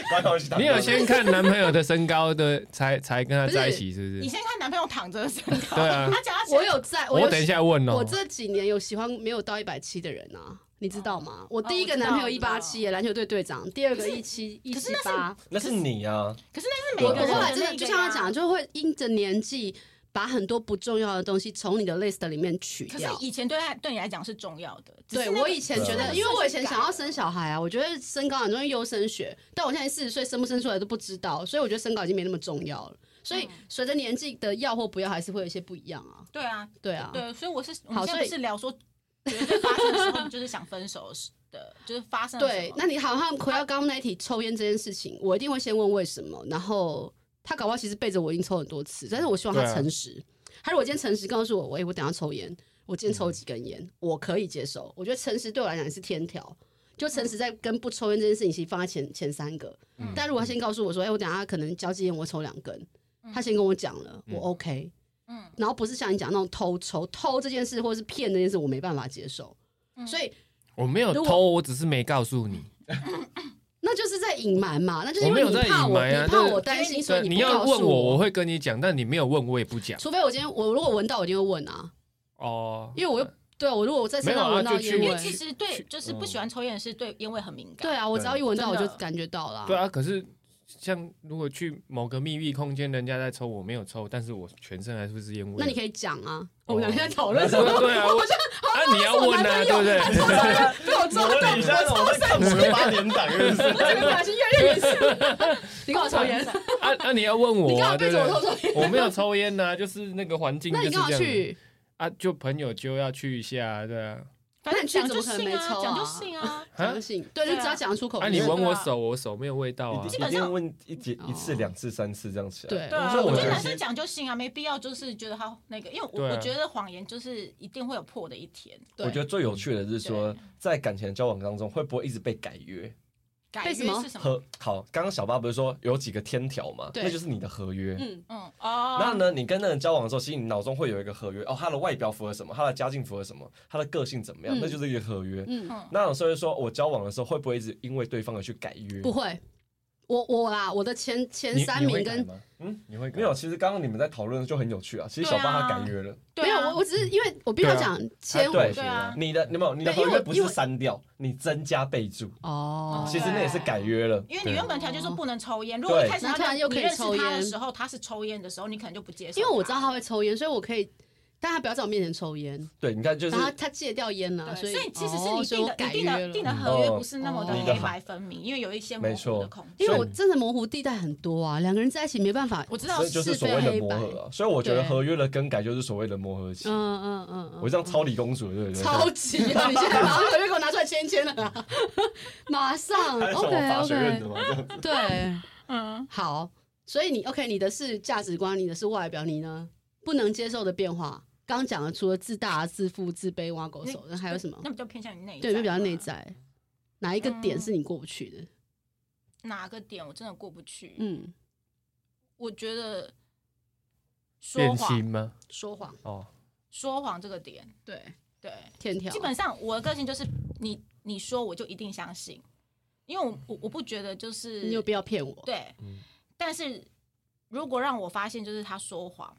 Speaker 4: 关到一起躺着
Speaker 5: 你有先看男朋友的身高的，才才跟他在一起，是不
Speaker 3: 你
Speaker 5: 是？
Speaker 3: 先看男朋友躺着的身高，
Speaker 5: 对啊
Speaker 3: 他讲他
Speaker 1: 我有在，我
Speaker 5: 我
Speaker 1: 有
Speaker 5: 等一下问哦
Speaker 1: 我。这几年有喜欢没有到一百七的人啊，你知道吗？我第一个
Speaker 3: 哦我知道
Speaker 1: 男朋友一
Speaker 3: 我知道
Speaker 1: 八七，篮球队队长；第二个一七一七八。
Speaker 4: 那是你啊，
Speaker 3: 可是那是每
Speaker 1: 我
Speaker 3: 个人
Speaker 1: 后来
Speaker 3: 的
Speaker 1: 真
Speaker 3: 那
Speaker 1: 的
Speaker 3: 个
Speaker 1: 就像他
Speaker 3: 呀
Speaker 1: 讲，就会因着年纪，把很多不重要的东西从你的 list 里面取
Speaker 3: 可是
Speaker 1: 掉。
Speaker 3: 以前对他对你来讲是重要的，只是
Speaker 1: 对
Speaker 3: 那个
Speaker 1: 我以前觉
Speaker 4: 对啊
Speaker 1: 得，因为我以前想要生小孩啊，我觉得身高很重要，优生学。但我现在四十岁生不生出来都不知道，所以我觉得身高已经没那么重要了。所以
Speaker 3: 嗯
Speaker 1: 随着年纪的要或不要，还是会有一些不一样啊。
Speaker 3: 对啊，
Speaker 1: 对啊，
Speaker 3: 对，所以我是我
Speaker 1: 好
Speaker 3: 们现在
Speaker 1: 所以
Speaker 3: 不是聊说，绝对发生的时候你就是想分手的，就是发生了什
Speaker 1: 对
Speaker 3: 么，
Speaker 1: 那你好像回到刚刚那一题抽烟这件事情，我一定会先问为什么，然后他搞不好其实背着我已经抽很多次，但是我希望他
Speaker 5: 对啊
Speaker 1: 诚实。他如果今天诚实告诉我，喂，我等一下抽烟，我今天
Speaker 5: 嗯
Speaker 1: 抽几根烟，我可以接受。我觉得诚实对我来讲也是天条，就诚实在跟不抽烟这件事情其实放在前前三个。
Speaker 3: 嗯
Speaker 1: 但如果他先告诉我说，哎、我等一下可能交际烟我抽两根，他先跟我讲了，我 OK。
Speaker 3: 嗯
Speaker 1: 然后不是像你讲那种偷抽偷这件事，或是骗这件事，我没办法接受。
Speaker 3: 嗯
Speaker 1: 所以
Speaker 5: 我没有
Speaker 1: 如果
Speaker 5: 偷，我只是没告诉你。
Speaker 1: 那就是在隐瞒嘛，那就是因
Speaker 5: 我没
Speaker 1: 为
Speaker 5: 有
Speaker 1: 你
Speaker 5: 在
Speaker 1: 怕
Speaker 5: 隐
Speaker 1: 我，
Speaker 5: 瞒啊
Speaker 1: 你
Speaker 5: 但
Speaker 1: 怕
Speaker 5: 是
Speaker 1: 我担心，所
Speaker 5: 对，
Speaker 1: 以
Speaker 5: 你
Speaker 1: 不
Speaker 5: 要
Speaker 1: 告诉
Speaker 5: 问我，
Speaker 1: 我，
Speaker 5: 我会跟你讲，但你没有问，我也不讲。
Speaker 1: 除非我今天我如果闻到，我一定会问啊，
Speaker 5: 哦，
Speaker 1: 因为我又对我如果我在身
Speaker 5: 没有
Speaker 1: 上
Speaker 5: 啊
Speaker 1: 闻到
Speaker 5: 就去
Speaker 1: 烟
Speaker 3: 因
Speaker 1: 味
Speaker 3: 为，其实对就是不
Speaker 5: 嗯
Speaker 3: 喜欢抽烟的是对烟味很敏感，
Speaker 1: 对啊，我只要一闻到我
Speaker 3: 真
Speaker 1: 就
Speaker 3: 的
Speaker 1: 感觉到了，
Speaker 5: 对啊，可是像如果去某个密闭空间，人家在抽，我没有抽，但是我全身还是不是烟味。
Speaker 1: 那你可
Speaker 5: 以
Speaker 1: 以讲啊，我
Speaker 5: 哦
Speaker 1: 们两天在讨论
Speaker 5: 对
Speaker 1: 什么？
Speaker 5: 对
Speaker 1: [laughs]
Speaker 5: 啊，我
Speaker 1: 哦
Speaker 5: 啊你要问啊，对不对？ [laughs]
Speaker 1: 被我抓
Speaker 4: 我
Speaker 1: 到，
Speaker 4: 问你一下，那种在看什么八点档是不
Speaker 1: [laughs]
Speaker 4: 是？
Speaker 1: 这个表情越来越像。你跟我抽烟，
Speaker 5: [laughs] 啊啊你要问
Speaker 1: 你
Speaker 5: 我
Speaker 1: 干嘛
Speaker 5: 啊，
Speaker 1: 背
Speaker 5: 对
Speaker 1: 着我
Speaker 5: 不
Speaker 1: 偷
Speaker 5: 对？
Speaker 1: 抽烟？
Speaker 5: 我没有抽烟呐，就是那个环境就
Speaker 1: 那
Speaker 5: 是
Speaker 1: 你
Speaker 5: 这
Speaker 1: 干
Speaker 5: 样
Speaker 1: 嘛
Speaker 5: 子
Speaker 1: 去？
Speaker 5: 啊，就朋友就要去一下，对啊。
Speaker 3: 反正讲就
Speaker 1: 那你去怎么
Speaker 3: 信
Speaker 1: 可能没抽
Speaker 3: 啊，
Speaker 1: 啊
Speaker 3: 讲就信啊，
Speaker 5: 啊
Speaker 1: 相，信，对，哦你
Speaker 3: 对啊
Speaker 1: 只要讲出口。
Speaker 5: 啊你闻我手，我手没有味道啊
Speaker 4: 一。
Speaker 3: 基
Speaker 4: 定一
Speaker 3: 本上
Speaker 4: 定问一节
Speaker 1: 哦
Speaker 4: 一次两次三次这样起来。
Speaker 1: 对
Speaker 3: 对啊，
Speaker 4: 所以
Speaker 3: 我
Speaker 4: 我
Speaker 3: 觉得
Speaker 4: 觉得
Speaker 3: 男
Speaker 4: 其
Speaker 3: 生
Speaker 4: 实
Speaker 3: 讲就信啊，没必要就是觉得他那个，因为我
Speaker 5: 对啊
Speaker 3: 我觉得谎言就是一定会有破的一天，
Speaker 1: 对
Speaker 4: 我觉得最有趣的是说，在感情的交往当中，会不会一直被改约？
Speaker 3: 改
Speaker 1: 被
Speaker 3: 约
Speaker 1: 什么
Speaker 3: 是什么？
Speaker 4: 合好，刚刚小巴不是说有几个天条嘛？
Speaker 1: 对
Speaker 4: 那就是你的合约。
Speaker 1: 嗯，
Speaker 3: 嗯哦，
Speaker 4: 然后呢，你跟那个人交往的时候，其实你脑中会有一个合约哦，他的外表符合什么，他的家境符合什么，他的个性怎么样，
Speaker 1: 嗯
Speaker 4: 那就是一个合约。
Speaker 1: 嗯
Speaker 3: 嗯
Speaker 4: 那所以说我交往的时候，会不会一直因为对方而去改约？
Speaker 1: 不会，我我啊，我的前前
Speaker 5: 你
Speaker 1: 三
Speaker 5: 你会
Speaker 1: 名
Speaker 5: 改
Speaker 1: 跟
Speaker 5: 吗嗯，你会改
Speaker 4: 没有，其实刚刚你们在讨论的就很有趣啊。其实小巴他改约了，
Speaker 1: 没
Speaker 3: 对
Speaker 1: 有，
Speaker 3: 啊
Speaker 1: 我我只是因为我必须要讲前
Speaker 5: 妥
Speaker 4: 对
Speaker 5: 协
Speaker 3: 啊
Speaker 5: 了
Speaker 4: 你的你没有你的
Speaker 1: 没
Speaker 4: 合
Speaker 1: 因为
Speaker 4: 约
Speaker 1: 我
Speaker 4: 不
Speaker 1: 因
Speaker 4: 是
Speaker 1: 为
Speaker 4: 删掉，你增加备注，
Speaker 1: 哦，
Speaker 4: 其实那也是改约了。
Speaker 3: 因为你原本条件说不能抽烟，如
Speaker 4: 对
Speaker 3: 果一开始
Speaker 1: 那突然
Speaker 3: 他
Speaker 1: 又可以
Speaker 3: 你认识
Speaker 1: 抽
Speaker 3: 他
Speaker 1: 烟
Speaker 3: 的时候，他是抽烟的时候，你可能就不接受他，
Speaker 1: 因为我知道他会抽烟，所以我可以但他不要在我面前抽烟，
Speaker 4: 对，你看就是
Speaker 1: 然后他他戒掉烟了，
Speaker 3: 对，
Speaker 1: 所
Speaker 3: 所
Speaker 1: 以
Speaker 3: 以其实是
Speaker 1: 哦
Speaker 3: 你
Speaker 1: 所以
Speaker 3: 定
Speaker 1: 我
Speaker 3: 的、
Speaker 1: 改
Speaker 3: 你
Speaker 1: 约
Speaker 3: 定的
Speaker 1: 了嗯
Speaker 3: 你定的合约
Speaker 4: 哦
Speaker 3: 不是那么的
Speaker 1: 哦
Speaker 3: 黑白分明，因为有一些模
Speaker 4: 没
Speaker 3: 糊
Speaker 4: 错
Speaker 3: 的空间。
Speaker 1: 因为我真的模糊地带很多啊，两个人在一起没办法，
Speaker 3: 我知道
Speaker 4: 所以就是
Speaker 1: 是
Speaker 4: 所
Speaker 1: 非
Speaker 4: 谓的
Speaker 1: 黑白
Speaker 4: 磨，合啊。所以我觉得
Speaker 1: 对
Speaker 4: 合约的更改就是所谓的磨合期。
Speaker 1: 嗯嗯嗯嗯，
Speaker 4: 我这样超理公主的，对不对？
Speaker 1: 超级啊！你现在马上合约给我拿出来签一签了啊， [laughs] 马上
Speaker 4: [laughs] 他是我
Speaker 1: OK
Speaker 4: 法学院
Speaker 1: OK，
Speaker 4: 的嘛，这样子。
Speaker 1: 对，
Speaker 3: 嗯，
Speaker 1: 好，所以你 OK，你的是价值观，你的是外表，你呢不能接受的变化，刚讲的除了自大、自负、自卑、挖狗手，那还有什么？
Speaker 3: 那比较偏向于内
Speaker 1: 对，
Speaker 3: 在
Speaker 1: 就比较内
Speaker 3: 嘛。
Speaker 1: 在，哪一个点
Speaker 3: 嗯
Speaker 1: 是你过不去的？
Speaker 3: 哪个点我真的过不去？
Speaker 1: 嗯，
Speaker 3: 我觉得说
Speaker 5: 变
Speaker 3: 谎
Speaker 5: 心，吗？
Speaker 1: 说谎，
Speaker 5: 哦，
Speaker 3: 说谎这个点，
Speaker 1: 对，
Speaker 3: 对，
Speaker 1: 天条，
Speaker 3: 基本上我的个性就是你你说我就一定相信，因为我我我不觉得就是
Speaker 1: 你有必要骗我。
Speaker 3: 对，
Speaker 5: 嗯
Speaker 3: 但是如果让我发现就是他说谎，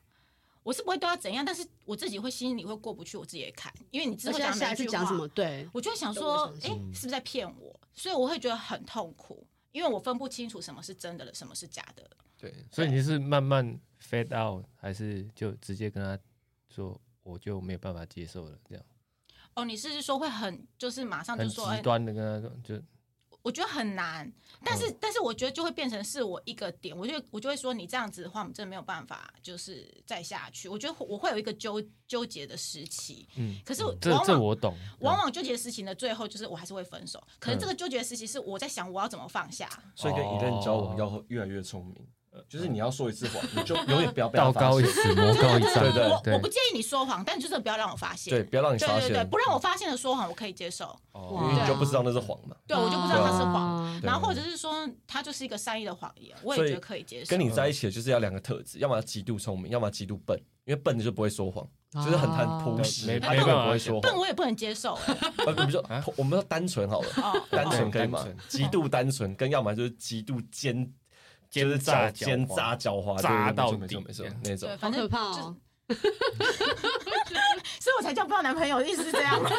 Speaker 3: 我是不会对他怎样，但是我自己会心里会过不去我自己的坎，因为你之
Speaker 1: 而
Speaker 3: 后
Speaker 1: 且他
Speaker 3: 每
Speaker 1: 下一次
Speaker 3: 句
Speaker 1: 讲
Speaker 3: 话
Speaker 1: 什么？对，
Speaker 3: 我就会想
Speaker 1: 都
Speaker 3: 说
Speaker 1: 会，相
Speaker 3: 哎、是不是在骗我？所以我会觉得很痛苦，因为我分不清楚什么是真的了，什么是假的了。
Speaker 4: 对，
Speaker 5: 所以你是慢慢 fade out，还是就直接跟他说我就没有办法接受了，这样
Speaker 3: 哦，你是说会很就是马上就
Speaker 5: 很
Speaker 3: 说，哎、
Speaker 5: 极端的跟他说，就
Speaker 3: 我觉得很难，但是、但是我觉得就会变成是我一个点，我就我就会说你这样子的话，我们真的没有办法就是再下去。我觉得我会有一个纠纠结的时期，
Speaker 5: 嗯，
Speaker 3: 可是我
Speaker 5: 这
Speaker 3: 往往
Speaker 5: 这我懂，
Speaker 3: 往往纠结事情的最后就是我还是会分手。可能这个纠结的时期是我在想我要怎么放下，
Speaker 4: 所以跟一任交
Speaker 5: 哦
Speaker 4: 往要越来越聪明，就是你要说一次谎，你就永远不要被他
Speaker 5: 道
Speaker 4: 发
Speaker 5: 呃高一
Speaker 4: 现，
Speaker 5: 尺，魔高一丈，
Speaker 4: 对对
Speaker 3: 我
Speaker 5: 对
Speaker 3: 我不建议你说谎，但就是不要让我发现。
Speaker 4: 对，不要让你
Speaker 3: 对
Speaker 4: 发
Speaker 3: 对对，
Speaker 4: 现，
Speaker 3: 不让我发现的说谎我可以接受，
Speaker 4: 因为你就不知道那是谎嘛。
Speaker 3: 对我就不知道他是谎。
Speaker 1: 啊
Speaker 4: 对
Speaker 3: 然后或者是说他就是一个善意的谎言，我也觉得可以接受。
Speaker 4: 跟你在一起的就是要两个特质，要么极度聪明，要么极度笨。因为笨的就不会说谎，就是很很
Speaker 1: 哦
Speaker 4: 朴实，
Speaker 5: 没
Speaker 4: 他
Speaker 5: 没
Speaker 4: 根
Speaker 5: 办
Speaker 4: 本
Speaker 5: 法啊
Speaker 4: 不会说
Speaker 3: 笨
Speaker 4: 谎。
Speaker 3: 我也不能接受。
Speaker 4: 呃，比如说，我们说单纯好了， [laughs]
Speaker 3: 哦，
Speaker 4: 单纯可以吗
Speaker 5: 单纯？
Speaker 4: 极度单纯，跟要么就是极度奸，就是狡奸诈狡猾，
Speaker 5: 诈到
Speaker 4: 对对对没错没
Speaker 5: 底
Speaker 4: 错没错
Speaker 3: 对，
Speaker 4: 那种。
Speaker 1: 好
Speaker 3: 反正
Speaker 1: 可怕
Speaker 3: 就是
Speaker 1: 哦！
Speaker 3: [laughs] 所以我才交不到男朋友，意思是这样吗？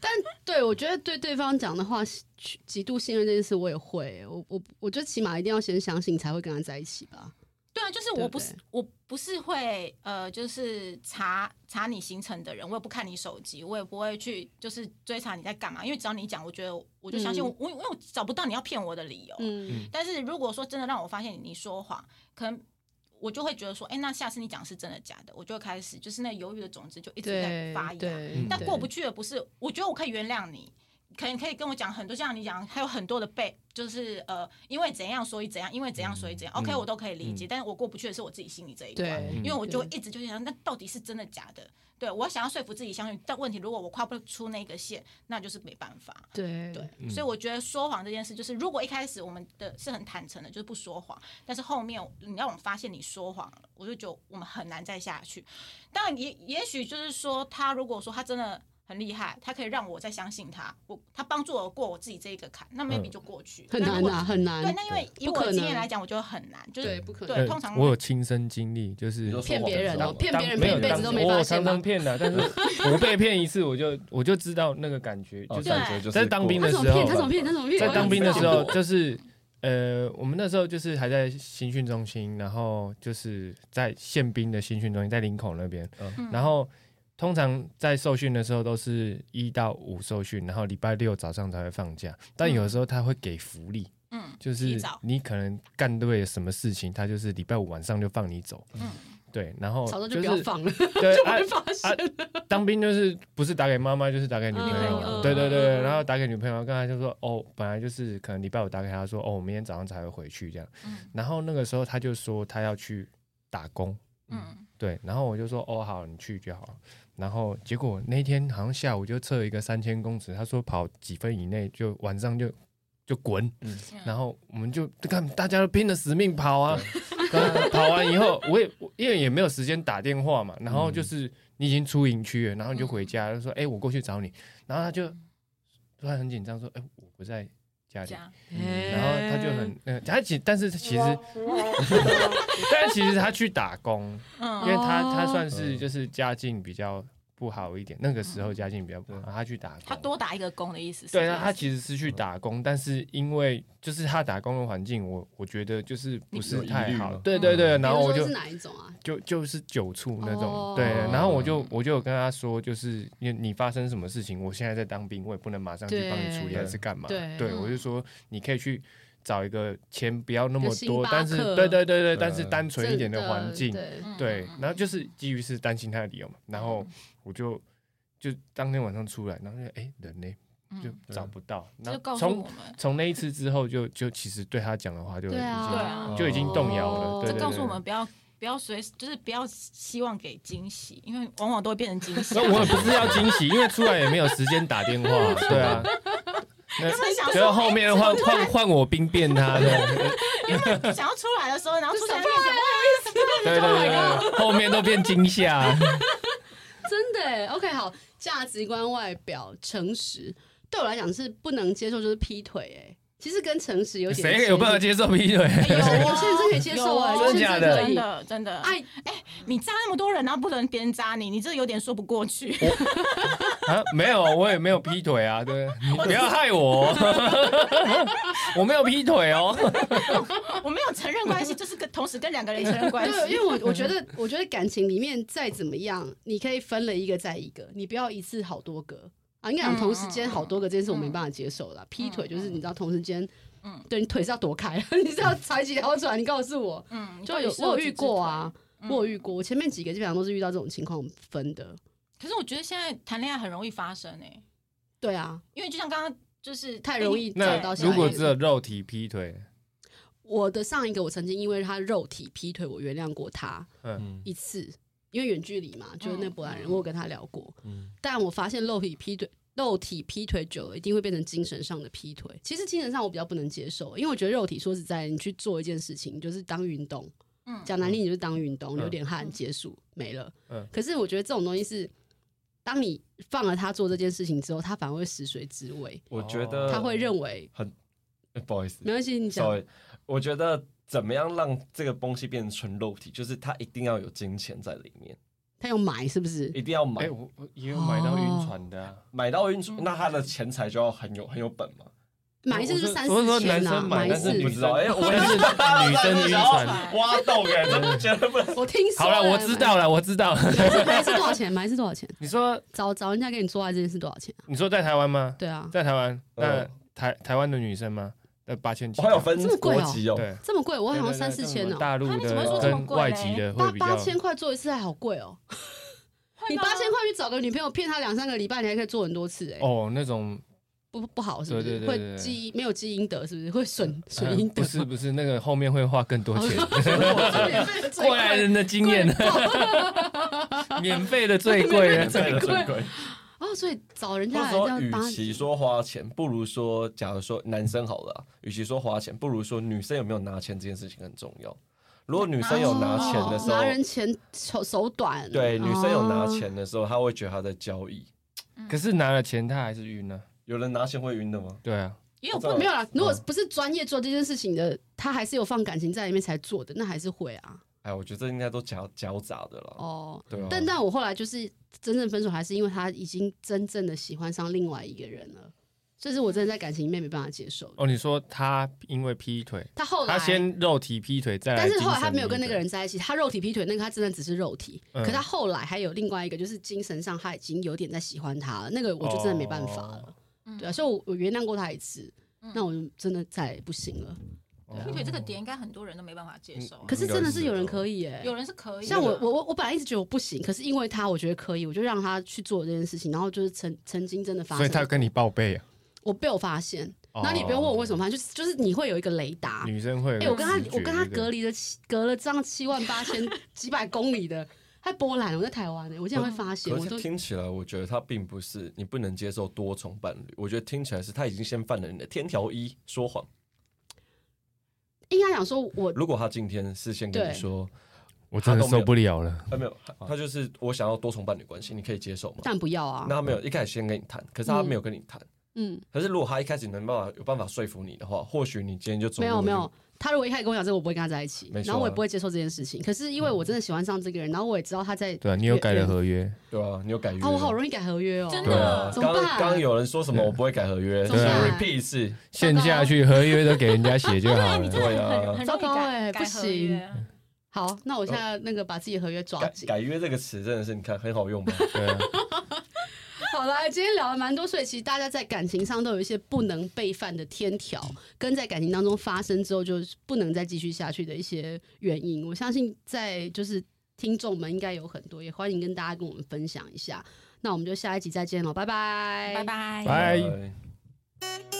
Speaker 1: 但对我觉得对对方讲的话，去极度信任这件事，我也会。我我我觉得起码一定要先相信，才会跟他在一起吧。
Speaker 3: [laughs] 对啊，就是
Speaker 1: 对
Speaker 3: 我
Speaker 1: 不
Speaker 3: 不
Speaker 1: 对
Speaker 3: 是我不是会呃，就是查查你行程的人，我也不看你手机，我也不会去就是追查你在干嘛，因为只要你讲，我觉得我就相信
Speaker 1: 嗯
Speaker 3: 我，我因为我找不到你要骗我的理由。
Speaker 1: 嗯，
Speaker 3: 但是如果说真的让我发现你说谎，可能我就会觉得说，哎，那下次你讲是真的假的，我就会开始就是那犹豫的种子就一直在
Speaker 1: 对
Speaker 3: 发芽。
Speaker 1: 对，
Speaker 3: 但过不
Speaker 1: 去。
Speaker 3: 去的不是，我觉得我可以原谅你，可能可以跟我讲很多，像你讲还有很多的被，就是呃，因为怎样所以怎样，因为怎样所以怎样、o k 我都可以理解。但是我过不去的是我自己心里这一关，
Speaker 1: 嗯对，
Speaker 3: 因为我就一直就想，那到底是真的假的？对我想要说服自己相信，但问题如果我跨不出那个线，那就是没办法。
Speaker 1: 对
Speaker 3: 对，嗯所以我觉得说谎这件事，就是如果一开始我们的是很坦诚的，就是不说谎，但是后面你让我发现你说谎了，我就觉得我们很难再下去。当然也也许就是说，他如果说他真的很厉害，他可以让我再相信他，我他帮助我过我自己这一个坎，那 maybe 就过去。
Speaker 1: 嗯很
Speaker 3: 那
Speaker 1: 难
Speaker 3: 如果
Speaker 1: 啊，很
Speaker 3: 对，
Speaker 1: 难。
Speaker 3: 那因为以
Speaker 1: 不
Speaker 3: 我
Speaker 1: 可
Speaker 3: 的经验
Speaker 1: 能
Speaker 3: 来讲，我觉得很难，就是
Speaker 1: 对，不可能
Speaker 3: 对通常
Speaker 5: 我有亲身经历，就是
Speaker 4: 你就
Speaker 1: 骗别人
Speaker 4: 说
Speaker 1: 哦，
Speaker 4: 谎的时
Speaker 1: 骗
Speaker 4: 候
Speaker 1: 别人
Speaker 5: 没
Speaker 1: 骗
Speaker 5: 有
Speaker 1: 一辈子
Speaker 5: 当
Speaker 1: 都没
Speaker 5: 我
Speaker 1: 发
Speaker 5: 有
Speaker 1: 现
Speaker 5: 常
Speaker 1: 吗
Speaker 5: 常？骗的，但是我被骗一次，我就我就知道那个感觉，
Speaker 4: 哦
Speaker 5: 就是
Speaker 4: 感觉就是
Speaker 5: 在当兵
Speaker 1: 他
Speaker 5: 的
Speaker 1: 怎么
Speaker 5: 时候
Speaker 1: 骗？他怎么骗？他怎么骗？
Speaker 5: [laughs] 在当兵的时
Speaker 4: 我
Speaker 5: 候
Speaker 4: 有，
Speaker 5: 就是呃，我们那时候就是还在新训中心，然后就是在宪兵的新训中心，在林口那边，
Speaker 4: 嗯
Speaker 5: 然后。通常在受训的时候都是一到五受训，然后礼拜六早上才会放假。但有的时候他会给福利，
Speaker 3: 嗯，
Speaker 5: 就是
Speaker 3: 提早
Speaker 5: 你可能干对了什么事情，他就是礼拜五晚上就放你走。
Speaker 3: 嗯
Speaker 5: 对，然后
Speaker 1: 早上
Speaker 5: 哦就
Speaker 1: 就不要
Speaker 5: 是
Speaker 1: 放了，
Speaker 5: 对
Speaker 1: [laughs] 就
Speaker 5: 啊
Speaker 1: 会，发现。
Speaker 5: 当兵就是不是打给妈妈就是打给女朋
Speaker 1: 嗯
Speaker 5: 友，
Speaker 1: 嗯
Speaker 5: 对对
Speaker 3: 嗯
Speaker 5: 对，
Speaker 3: 嗯
Speaker 5: 然后打给女朋友，刚才就说哦，本来就是可能礼拜五打给她说哦，我明天早上才会回去这样，
Speaker 3: 嗯
Speaker 5: 然后那个时候她就说她要去打工，
Speaker 3: 嗯，
Speaker 5: 对，然后我就说哦好，你去就好了，然后结果那天好像下午就测一个三千公尺，她说跑几分以内就晚上就就滚，
Speaker 3: 嗯
Speaker 5: 然后我们就看大家都拼了死命跑啊，然后 [laughs] 跑完以后，我也我因为也没有时间打电话嘛，然后就是你已经出营区了，然后你就回家，就说哎、我过去找你，然后他就突然很紧张说哎、我不在家里
Speaker 3: 这，样
Speaker 5: 嗯然后他就很那个，他其但是其 [laughs] 实，但其实他去打工，因
Speaker 3: 嗯
Speaker 5: 为他他算是就是家境比较不好一点，那个时候家境比较不好，
Speaker 4: 对
Speaker 5: 他去打工，
Speaker 3: 他多打一个工的意思是这
Speaker 5: 对，
Speaker 3: 个意思。
Speaker 5: 那他其实是去打工，但是因为就是他打工的环境，我我觉得就是不是太
Speaker 4: 有疑虑
Speaker 5: 好
Speaker 4: 吗，
Speaker 5: 对对对，
Speaker 1: 比
Speaker 5: 然
Speaker 1: 如
Speaker 5: 后我
Speaker 1: 哎说
Speaker 5: 就是
Speaker 1: 哪一种啊？
Speaker 5: 就就是酒醋那种，
Speaker 1: 哦
Speaker 5: 对，然后我就我就有跟他说，就是你你发生什么事情，我现在在当兵，我也不能马上去帮你处理
Speaker 1: 对
Speaker 5: 还是干嘛，
Speaker 1: 对
Speaker 5: 对
Speaker 3: 嗯
Speaker 5: 我就说你可以去找一个钱不要那
Speaker 1: 一
Speaker 5: 么
Speaker 1: 个星
Speaker 5: 多
Speaker 1: 巴，克
Speaker 5: 但是对对对对，
Speaker 4: 对
Speaker 5: 但是单纯一点
Speaker 1: 真
Speaker 5: 的环境，
Speaker 1: 对，
Speaker 3: 嗯
Speaker 5: 对，
Speaker 3: 嗯嗯
Speaker 5: 然后就是基于是担心他的理由嘛，
Speaker 1: 嗯
Speaker 5: 然后我就就当天晚上出来，然后就哎人呢
Speaker 3: 嗯
Speaker 5: 就找不到，
Speaker 3: 这
Speaker 5: 然后
Speaker 3: 就告诉
Speaker 5: 从
Speaker 3: 我们，
Speaker 5: 从那一次之后就就其实对他讲的话就已
Speaker 1: 对啊，
Speaker 5: 经
Speaker 3: 啊
Speaker 5: 就已经动摇了
Speaker 1: 哦
Speaker 5: 对
Speaker 3: 这
Speaker 5: 对
Speaker 3: 告诉我们不要不要随，就是不要希望给惊喜，因为往往都会变成惊喜。啊
Speaker 5: 那我也不是要惊喜，因为出来也没有时间打
Speaker 1: [laughs]
Speaker 5: 电话，对啊。那
Speaker 3: 本想说哎
Speaker 5: 只要后面换换换我兵
Speaker 1: [laughs]
Speaker 5: 变他
Speaker 1: Oh
Speaker 5: 的，
Speaker 3: 想要出来的时
Speaker 1: 啊
Speaker 3: 候，然后出现面
Speaker 5: 对对对，后面都变惊吓。
Speaker 1: [laughs] 真的耶 OK，好，价值观、外表、诚实，对我来讲是不能接受，就是劈腿。哎，其实跟诚实有点
Speaker 5: 谁有办法
Speaker 1: 接？
Speaker 5: 接受劈腿？
Speaker 3: 哎
Speaker 1: 有些人有些人真可以接受哎，
Speaker 3: 有
Speaker 1: 有
Speaker 3: 啊哎
Speaker 1: 些人
Speaker 5: 真的假的
Speaker 1: 可
Speaker 3: 真
Speaker 1: 以。
Speaker 3: 的真的，
Speaker 1: 爱
Speaker 3: 你扎那么多人，然后不能别人扎你，你这有点说不过去。
Speaker 5: [laughs]
Speaker 3: [laughs]
Speaker 5: 啊，没有，我也没有劈腿啊，对，你不要害我，
Speaker 1: [laughs]
Speaker 5: 我没有劈腿哦。
Speaker 3: 我没有承认关系，就是跟同时跟两个人承认关
Speaker 1: 对，因
Speaker 3: 系。
Speaker 1: 为我我觉
Speaker 3: [laughs]
Speaker 1: 得，我觉得感情里面再怎么样，你可以分了一个再一个，你不要一次好多个啊。应该
Speaker 3: 嗯
Speaker 1: 讲同时间好多个这件事我没办法接受啦。劈腿就是你知道同时间，
Speaker 3: 嗯
Speaker 1: 对你腿是要躲开， [laughs] 你是要踩起条船。你告诉我，
Speaker 3: 嗯
Speaker 1: 就有我有遇过啊，，我有遇过，我前面几个基本上都是遇到这种情况分的。
Speaker 3: 可是我觉得现在谈恋爱很容易发生诶、
Speaker 1: 对啊，
Speaker 3: 因为就像刚刚就是哎
Speaker 1: 太容易
Speaker 5: 那
Speaker 1: 找到下
Speaker 5: 如
Speaker 1: 一
Speaker 5: 果
Speaker 1: 个。
Speaker 5: 只有肉体劈腿，
Speaker 1: 我的上一个，我曾经因为他肉体劈腿，我原谅过他
Speaker 5: 嗯，
Speaker 1: 一次，因为远距离嘛，就是那波兰人，
Speaker 3: 嗯
Speaker 1: 我有跟他聊过。
Speaker 4: 嗯，
Speaker 1: 但我发现肉体劈腿，肉体劈腿久了，一定会变成精神上的劈腿。其实精神上我比较不能接受，因为我觉得肉体说实在，你去做一件事情，你就是当运动，
Speaker 3: 嗯
Speaker 1: 讲难听，你就是当运动，
Speaker 5: 嗯
Speaker 1: 流点汗
Speaker 3: 嗯
Speaker 1: 结束没了。
Speaker 5: 嗯
Speaker 1: 可是我觉得这种东西是，当你放了他做这件事情之后，他反而会食髓知味，
Speaker 4: 我觉
Speaker 5: 嗯
Speaker 4: 得
Speaker 1: 哦他会认为
Speaker 4: 哎不好意思，
Speaker 1: 没关系，你讲
Speaker 4: sorry，我觉得怎么样让这个东西变成纯肉体，就是它一定要有金钱在里面，
Speaker 1: 他有买是不是？
Speaker 4: 一定要买
Speaker 5: 哎，我我也有买到晕船的啊。
Speaker 4: 买到运输，那他的钱财就要很有很有本嘛。
Speaker 1: 买一次就三
Speaker 5: 我是
Speaker 1: 四
Speaker 5: 说
Speaker 1: 千啊
Speaker 5: 男
Speaker 1: 呐，
Speaker 5: 生买，
Speaker 1: 一
Speaker 5: 但是
Speaker 1: 次
Speaker 5: 女
Speaker 4: 不知道哎我
Speaker 5: 但
Speaker 4: [laughs]
Speaker 5: 是女生晕船。
Speaker 4: 挖洞哎，真的觉
Speaker 1: [laughs]
Speaker 4: 得不能。
Speaker 1: 我听说
Speaker 5: 好了，我知道了，我知道。
Speaker 1: 买一次买一次多少钱？买一次多少钱？
Speaker 5: [laughs] 你说，
Speaker 1: 找找人家给你做爱这件事多少钱啊？
Speaker 5: 你说在台湾吗？
Speaker 1: 对啊，
Speaker 5: 在台湾，那
Speaker 4: 嗯
Speaker 5: 台台湾的女生吗？那八千几
Speaker 4: 我
Speaker 5: 吧，
Speaker 4: 还有分
Speaker 1: 这么贵
Speaker 4: 国
Speaker 1: 哦
Speaker 4: 籍哦，
Speaker 5: 对，
Speaker 1: 这么贵，我好像三四千哦呢、
Speaker 5: 大陆
Speaker 3: 他们怎么会
Speaker 5: 的
Speaker 3: 说这么
Speaker 5: 跟
Speaker 3: 贵
Speaker 5: 外
Speaker 3: 嘞
Speaker 5: 籍的会
Speaker 1: 八
Speaker 5: 比较
Speaker 1: 八，千块做一次还好贵哦、你八千块去找个女朋友骗她两三个礼拜，你还可以做很多次哎、
Speaker 5: 哦，那种
Speaker 1: 不不好是不是？
Speaker 5: 对对对对
Speaker 1: 会积没有积阴德是不是？会损损阴
Speaker 5: 呃
Speaker 1: 德、
Speaker 5: 不是不是，那个后面会花更多
Speaker 1: 哦
Speaker 5: 钱。
Speaker 1: [laughs] 过
Speaker 5: 过来人的经验，免费的最贵了。
Speaker 4: 最最贵。
Speaker 1: [laughs] 哦，所以找人家
Speaker 4: 那
Speaker 1: 来
Speaker 4: 时
Speaker 1: 这
Speaker 4: 候，
Speaker 1: 样
Speaker 4: 与
Speaker 1: 八，
Speaker 4: 其说花钱，不如说，假如说男生好了啊、与其说花钱，不如说女生有没有拿钱这件事情很重要。如果女生有拿钱的时
Speaker 1: 哦
Speaker 4: 候，
Speaker 1: 拿人钱手手短，
Speaker 4: 对女生有拿
Speaker 1: 哦
Speaker 4: 钱的时候，她会觉得她在交易。
Speaker 1: 嗯
Speaker 5: 可是拿了钱他还是晕呢。
Speaker 4: 有人拿钱会晕的吗？
Speaker 5: 对啊，
Speaker 3: 也有
Speaker 4: 不
Speaker 1: 哦没有啦，如果不是专业做这件事情的，他还是有放感情在里面才做的，那还是会啊。
Speaker 4: 哎，我觉得这应该都夹夹杂的了。
Speaker 1: 哦，
Speaker 4: 对啊，
Speaker 1: 但但我后来就是真正分手，还是因为他已经真正的喜欢上另外一个人了，这是我真的在感情里面没办法接受的。
Speaker 5: 哦，你说他因为劈腿，
Speaker 1: 他后来，
Speaker 5: 他先肉体劈腿，再来
Speaker 1: 但是后来
Speaker 5: 精神
Speaker 1: 他没有跟
Speaker 5: 劈
Speaker 1: 那
Speaker 5: 腿
Speaker 1: 个人在一起，他肉体劈腿那个他真的只是肉体，
Speaker 5: 嗯
Speaker 1: 可他后来还有另外一个，就是精神上他已经有点在喜欢他了，那个我就真的没办法
Speaker 5: 哦
Speaker 1: 了。对啊，所以我我原谅过他一次，
Speaker 3: 嗯
Speaker 1: 那我就真的再也不行了。
Speaker 3: 劈腿这个点，应该很多人都没办法接
Speaker 5: 哦
Speaker 3: 受啊。
Speaker 1: 嗯可是真的是有人可以耶、
Speaker 3: 有人是可以的，
Speaker 1: 像我，我我我本来一直觉得我不行，可是因为他，我觉得可以，我就让他去做这件事情，然后就是曾曾经真的发
Speaker 5: 所以
Speaker 1: 生，
Speaker 5: 他跟你报备啊。
Speaker 1: 我被我发现，
Speaker 5: 哦
Speaker 1: 然后你不用问我为什么发现，就是就是你会有一个雷达。
Speaker 5: 女生会
Speaker 1: 哎、
Speaker 5: 有个直觉。
Speaker 1: 我跟他我跟他
Speaker 5: 对不对
Speaker 1: 隔离了七隔了这样七万八千几百公里的，在波兰，我在台湾呢、欸我竟然会发现，
Speaker 4: 哦可
Speaker 1: 我
Speaker 4: 是
Speaker 1: 都
Speaker 4: 听起来，我觉得他并不是你不能接受多重伴侣，我觉得听起来是他已经先犯了你的天条一说谎。
Speaker 1: 应该讲说我
Speaker 4: 如果他今天是先跟你
Speaker 1: 对
Speaker 4: 说，
Speaker 5: 我真的受不了了。
Speaker 4: 啊他没有，他他就是我想要多重伴侣关系，你可以接受吗？
Speaker 1: 但不要啊
Speaker 4: 那，他没有一开始先跟你谈，可是他没有跟你谈。
Speaker 1: 嗯，
Speaker 4: 可是如果他一开始能办法有办法说服你的话，或许你今天就走
Speaker 1: 没有
Speaker 4: 入
Speaker 1: 没有，他如果一开始跟我讲这个，我不会跟他在一起，
Speaker 4: 没错啊
Speaker 1: 然后我也不会接受这件事情。可是因为我真的喜欢上这个人，然后我也知道他在
Speaker 5: 对啊，你有改了
Speaker 1: 约 [laughs]
Speaker 5: 合约，
Speaker 4: 对啊，你有改约
Speaker 1: 啊，我好容易改合约哦，
Speaker 3: 真的
Speaker 4: 对啊，
Speaker 1: 怎么
Speaker 4: 刚
Speaker 1: 办
Speaker 4: 刚刚有人说什么我不会改合约，
Speaker 1: 怎么
Speaker 5: 办
Speaker 4: repeat 一次，
Speaker 5: 线下去合约都给人家写就
Speaker 1: [laughs]
Speaker 3: 对啊，
Speaker 5: 好
Speaker 3: 你真
Speaker 5: 了。
Speaker 3: 的
Speaker 4: 对啊
Speaker 3: 很很很容
Speaker 1: 糟
Speaker 3: 易
Speaker 1: 糕欸
Speaker 3: 改改
Speaker 1: 不
Speaker 3: 合
Speaker 1: 行
Speaker 3: 约啊
Speaker 1: 好，那我现
Speaker 4: 呃
Speaker 1: 在那个把自己的合约抓
Speaker 4: 改
Speaker 1: 紧。
Speaker 4: 改约这个词真的是你看很好用吧？ [laughs]
Speaker 5: 对啊，
Speaker 1: 好啦，今天聊了蛮多，所以其实大家在感情上都有一些不能被犯的天条，跟在感情当中发生之后就是不能再继续下去的一些原因。我相信在就是听众们应该有很多，也欢迎跟大家跟我们嗯分享一下。那我们就下一集再见喽，拜拜，
Speaker 3: 拜拜。
Speaker 5: 拜
Speaker 4: 对。